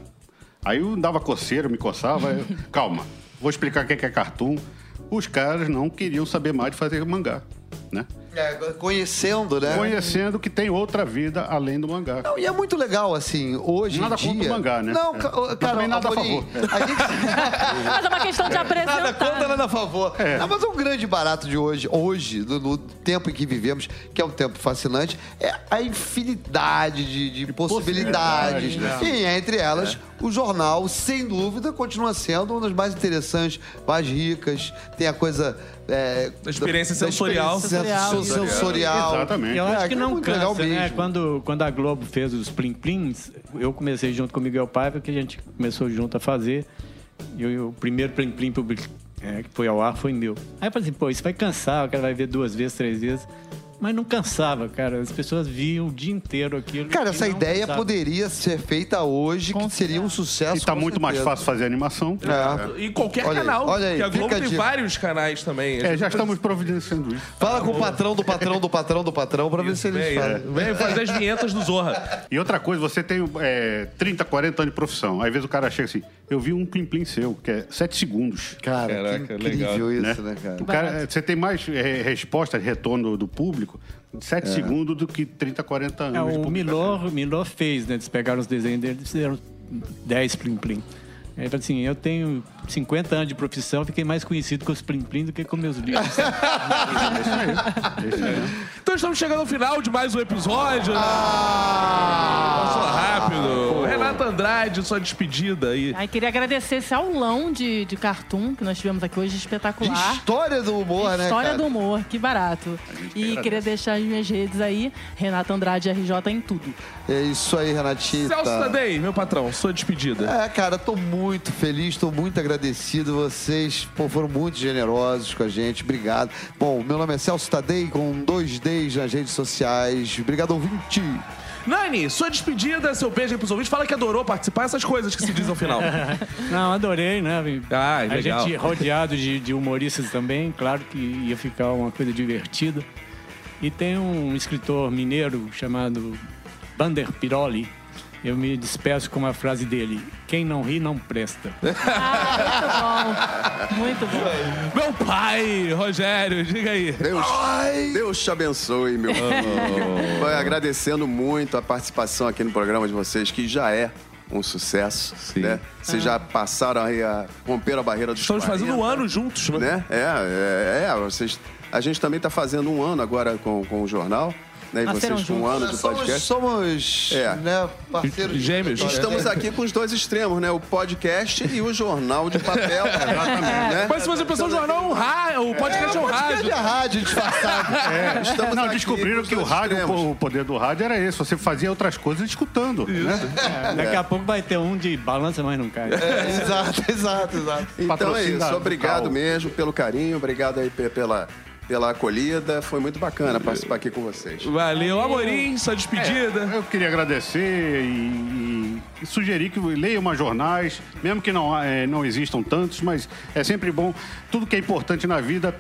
[SPEAKER 4] Aí eu dava coceira, me coçava. eu, Calma, vou explicar o que é que é cartoon. Os caras não queriam saber mais de fazer mangá, né?
[SPEAKER 2] É, conhecendo, né?
[SPEAKER 4] Conhecendo que tem outra vida além do mangá.
[SPEAKER 2] Não, e é muito legal, assim, hoje
[SPEAKER 4] Nada
[SPEAKER 2] em dia...
[SPEAKER 4] contra o mangá, né?
[SPEAKER 2] Não,
[SPEAKER 4] É.
[SPEAKER 2] ca- cara,
[SPEAKER 4] Mas também nada a
[SPEAKER 2] Amorim,
[SPEAKER 4] favor.
[SPEAKER 2] a gente-
[SPEAKER 3] Mas é uma questão de apresentar.
[SPEAKER 2] Nada contra, nada a favor.
[SPEAKER 4] É.
[SPEAKER 2] Não, mas um grande barato de hoje, hoje, no, no tempo em que vivemos, que é um tempo fascinante, é a infinidade de, de possibilidades.
[SPEAKER 4] né?
[SPEAKER 2] E entre elas,
[SPEAKER 4] É.
[SPEAKER 2] o jornal, sem dúvida, continua sendo uma das mais interessantes, mais ricas. Tem a coisa. É,
[SPEAKER 1] Da experiência sensorial.
[SPEAKER 2] experiência
[SPEAKER 3] Sensorial.
[SPEAKER 2] sensorial.
[SPEAKER 4] Exatamente.
[SPEAKER 6] E Eu
[SPEAKER 2] É,
[SPEAKER 6] acho que
[SPEAKER 2] aquilo é
[SPEAKER 6] não
[SPEAKER 2] muito
[SPEAKER 6] cansa,
[SPEAKER 2] legal
[SPEAKER 6] né?
[SPEAKER 2] mesmo.
[SPEAKER 6] Quando, quando a Globo fez os Plim Plims, eu comecei junto com o Miguel Paiva, que a gente começou junto a fazer. E o o primeiro Plim Plim public- é, que foi ao ar foi meu. Aí eu falei assim, pô, isso vai cansar, o cara vai ver duas vezes, três vezes. Mas não cansava, cara. As pessoas viam o dia inteiro aquilo.
[SPEAKER 2] Cara,
[SPEAKER 6] e
[SPEAKER 2] essa
[SPEAKER 6] não
[SPEAKER 2] ideia é
[SPEAKER 6] cansavam.
[SPEAKER 2] poderia ser feita hoje, que seria um sucesso.
[SPEAKER 4] E tá
[SPEAKER 2] com
[SPEAKER 4] muito mais
[SPEAKER 2] certeza.
[SPEAKER 4] fácil fazer animação.
[SPEAKER 2] É.
[SPEAKER 1] E qualquer
[SPEAKER 2] Olha aí,
[SPEAKER 1] canal.
[SPEAKER 2] olha aí,
[SPEAKER 1] porque a Globo
[SPEAKER 2] fica a
[SPEAKER 1] tem
[SPEAKER 2] dica.
[SPEAKER 1] vários canais também.
[SPEAKER 4] É, já estamos providenciando isso.
[SPEAKER 2] Fala com o patrão do patrão do patrão do patrão pra ver se eles
[SPEAKER 1] Vem, é.
[SPEAKER 2] falam.
[SPEAKER 1] Vem fazer as vinhetas do Zorra.
[SPEAKER 4] E outra coisa, você tem é, 30, 40 anos de profissão. Aí, Às vezes o cara chega assim, eu vi um Plim Plim seu, que é 7 segundos.
[SPEAKER 2] Cara, que
[SPEAKER 1] Caraca,
[SPEAKER 2] incrível
[SPEAKER 4] né?
[SPEAKER 2] isso, né, cara?
[SPEAKER 4] O cara, você tem mais é, resposta, retorno do público,
[SPEAKER 2] É.
[SPEAKER 4] 7 segundos do que 30, 40 anos.
[SPEAKER 2] um
[SPEAKER 6] É,
[SPEAKER 4] de
[SPEAKER 6] o
[SPEAKER 4] publicação.
[SPEAKER 6] Milor, Milor fez, né? Eles pegaram os desenhos dele e fizeram 10 Plim Plim. Aí ele falou assim, eu tenho 50 anos de profissão, fiquei mais conhecido com os Plim Plim do que com meus livros.
[SPEAKER 1] Então estamos chegando ao final de mais um episódio. Passou
[SPEAKER 2] Ah!
[SPEAKER 1] rápido. Renato Andrade, sua despedida aí.
[SPEAKER 3] Aí queria agradecer esse aulão de, de cartoon que nós tivemos aqui hoje,
[SPEAKER 2] De
[SPEAKER 3] espetacular.
[SPEAKER 2] história do humor, né,
[SPEAKER 3] História
[SPEAKER 2] cara?
[SPEAKER 3] do humor, que barato. E queria deixar as minhas redes aí, Renata Andrade RJ em tudo.
[SPEAKER 2] É isso aí, Renatita.
[SPEAKER 1] Celso Tadei, meu patrão, sua despedida.
[SPEAKER 2] É, cara, tô muito feliz, tô muito agradecido. Vocês pô, foram muito generosos com a gente, obrigado. Bom, meu nome é Celso Tadei, com dois Ds nas redes sociais. Obrigado, ouvinte.
[SPEAKER 1] Nani, sua despedida, seu beijo aí pros ouvintes. Fala que adorou participar, essas coisas que se dizem ao final.
[SPEAKER 6] Não, adorei, né?
[SPEAKER 1] Ah,
[SPEAKER 6] a
[SPEAKER 1] legal.
[SPEAKER 6] gente rodeado de, de humoristas também, claro que ia ficar uma coisa divertida. E tem um escritor mineiro chamado Bander Piroli. Eu me despeço com uma frase dele: Quem não ri não presta.
[SPEAKER 3] Ah, muito bom. Muito bom.
[SPEAKER 1] meu pai, Rogério, diga aí.
[SPEAKER 5] Deus, Deus te abençoe, meu irmão. Vai agradecendo muito a participação aqui no programa de vocês, que já é um sucesso.
[SPEAKER 1] Sim.
[SPEAKER 5] Né? Vocês
[SPEAKER 3] É.
[SPEAKER 5] já passaram aí a romper a barreira dos
[SPEAKER 1] Estamos fazendo um
[SPEAKER 5] 40,
[SPEAKER 1] ano juntos, né?
[SPEAKER 5] né? É, é, é, vocês, a gente também está fazendo um ano agora com, com o jornal, né? E
[SPEAKER 3] Nasceram
[SPEAKER 5] vocês com um
[SPEAKER 3] juntos.
[SPEAKER 5] ano de
[SPEAKER 2] Somos,
[SPEAKER 5] podcast.
[SPEAKER 2] somos
[SPEAKER 5] É.
[SPEAKER 2] né, parceiros.
[SPEAKER 1] Gêmeos.
[SPEAKER 5] Estamos aqui com os dois extremos, né? O podcast e o jornal de papel. né?
[SPEAKER 1] Mas se você pensar, o jornal é um rádio, o podcast é, um
[SPEAKER 2] Grande
[SPEAKER 1] rádio.
[SPEAKER 2] a rádio disfarçado.
[SPEAKER 5] É,
[SPEAKER 1] É.
[SPEAKER 5] Estamos
[SPEAKER 4] Não,
[SPEAKER 5] aqui
[SPEAKER 4] descobriram
[SPEAKER 5] com os
[SPEAKER 4] que o
[SPEAKER 5] dois
[SPEAKER 4] rádio,
[SPEAKER 5] extremos.
[SPEAKER 4] o poder do rádio era esse. Você fazia outras coisas escutando, né?
[SPEAKER 1] É.
[SPEAKER 6] Daqui a pouco vai ter um de balança, mas não cai.
[SPEAKER 2] É, exato, exato, exato.
[SPEAKER 5] Então é
[SPEAKER 4] Patrocínio da-
[SPEAKER 5] isso,
[SPEAKER 4] do
[SPEAKER 5] obrigado
[SPEAKER 4] Cal.
[SPEAKER 5] mesmo pelo carinho, obrigado aí pe- pela, pela acolhida. Foi muito bacana participar aqui com vocês.
[SPEAKER 1] Valeu, Amorim, sua despedida.
[SPEAKER 4] Eu queria agradecer e, e sugerir que leiam mais jornais, mesmo que não, eh, não existam tantos, mas é sempre bom. Tudo que é importante na vida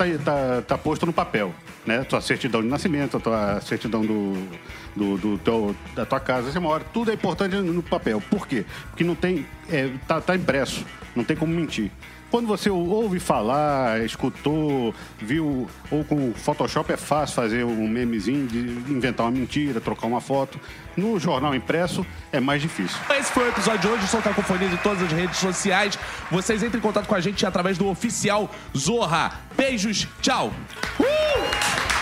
[SPEAKER 4] está posto no papel. Né? Tua certidão de nascimento, a tua certidão do, do, do teu- da tua casa, você mora. Tudo é importante no papel. Por quê? Porque não tem. eh, tá, tá impresso, não tem como mentir. Quando você ouve falar, escutou, viu, ou com Photoshop é fácil fazer um memezinho, de inventar uma mentira, trocar uma foto. No jornal impresso é mais difícil.
[SPEAKER 1] Esse foi o episódio de hoje. Sou Cacofonia de todas as redes sociais. Vocês entrem em contato com a gente através do oficial Zorra. Beijos, tchau! Uh!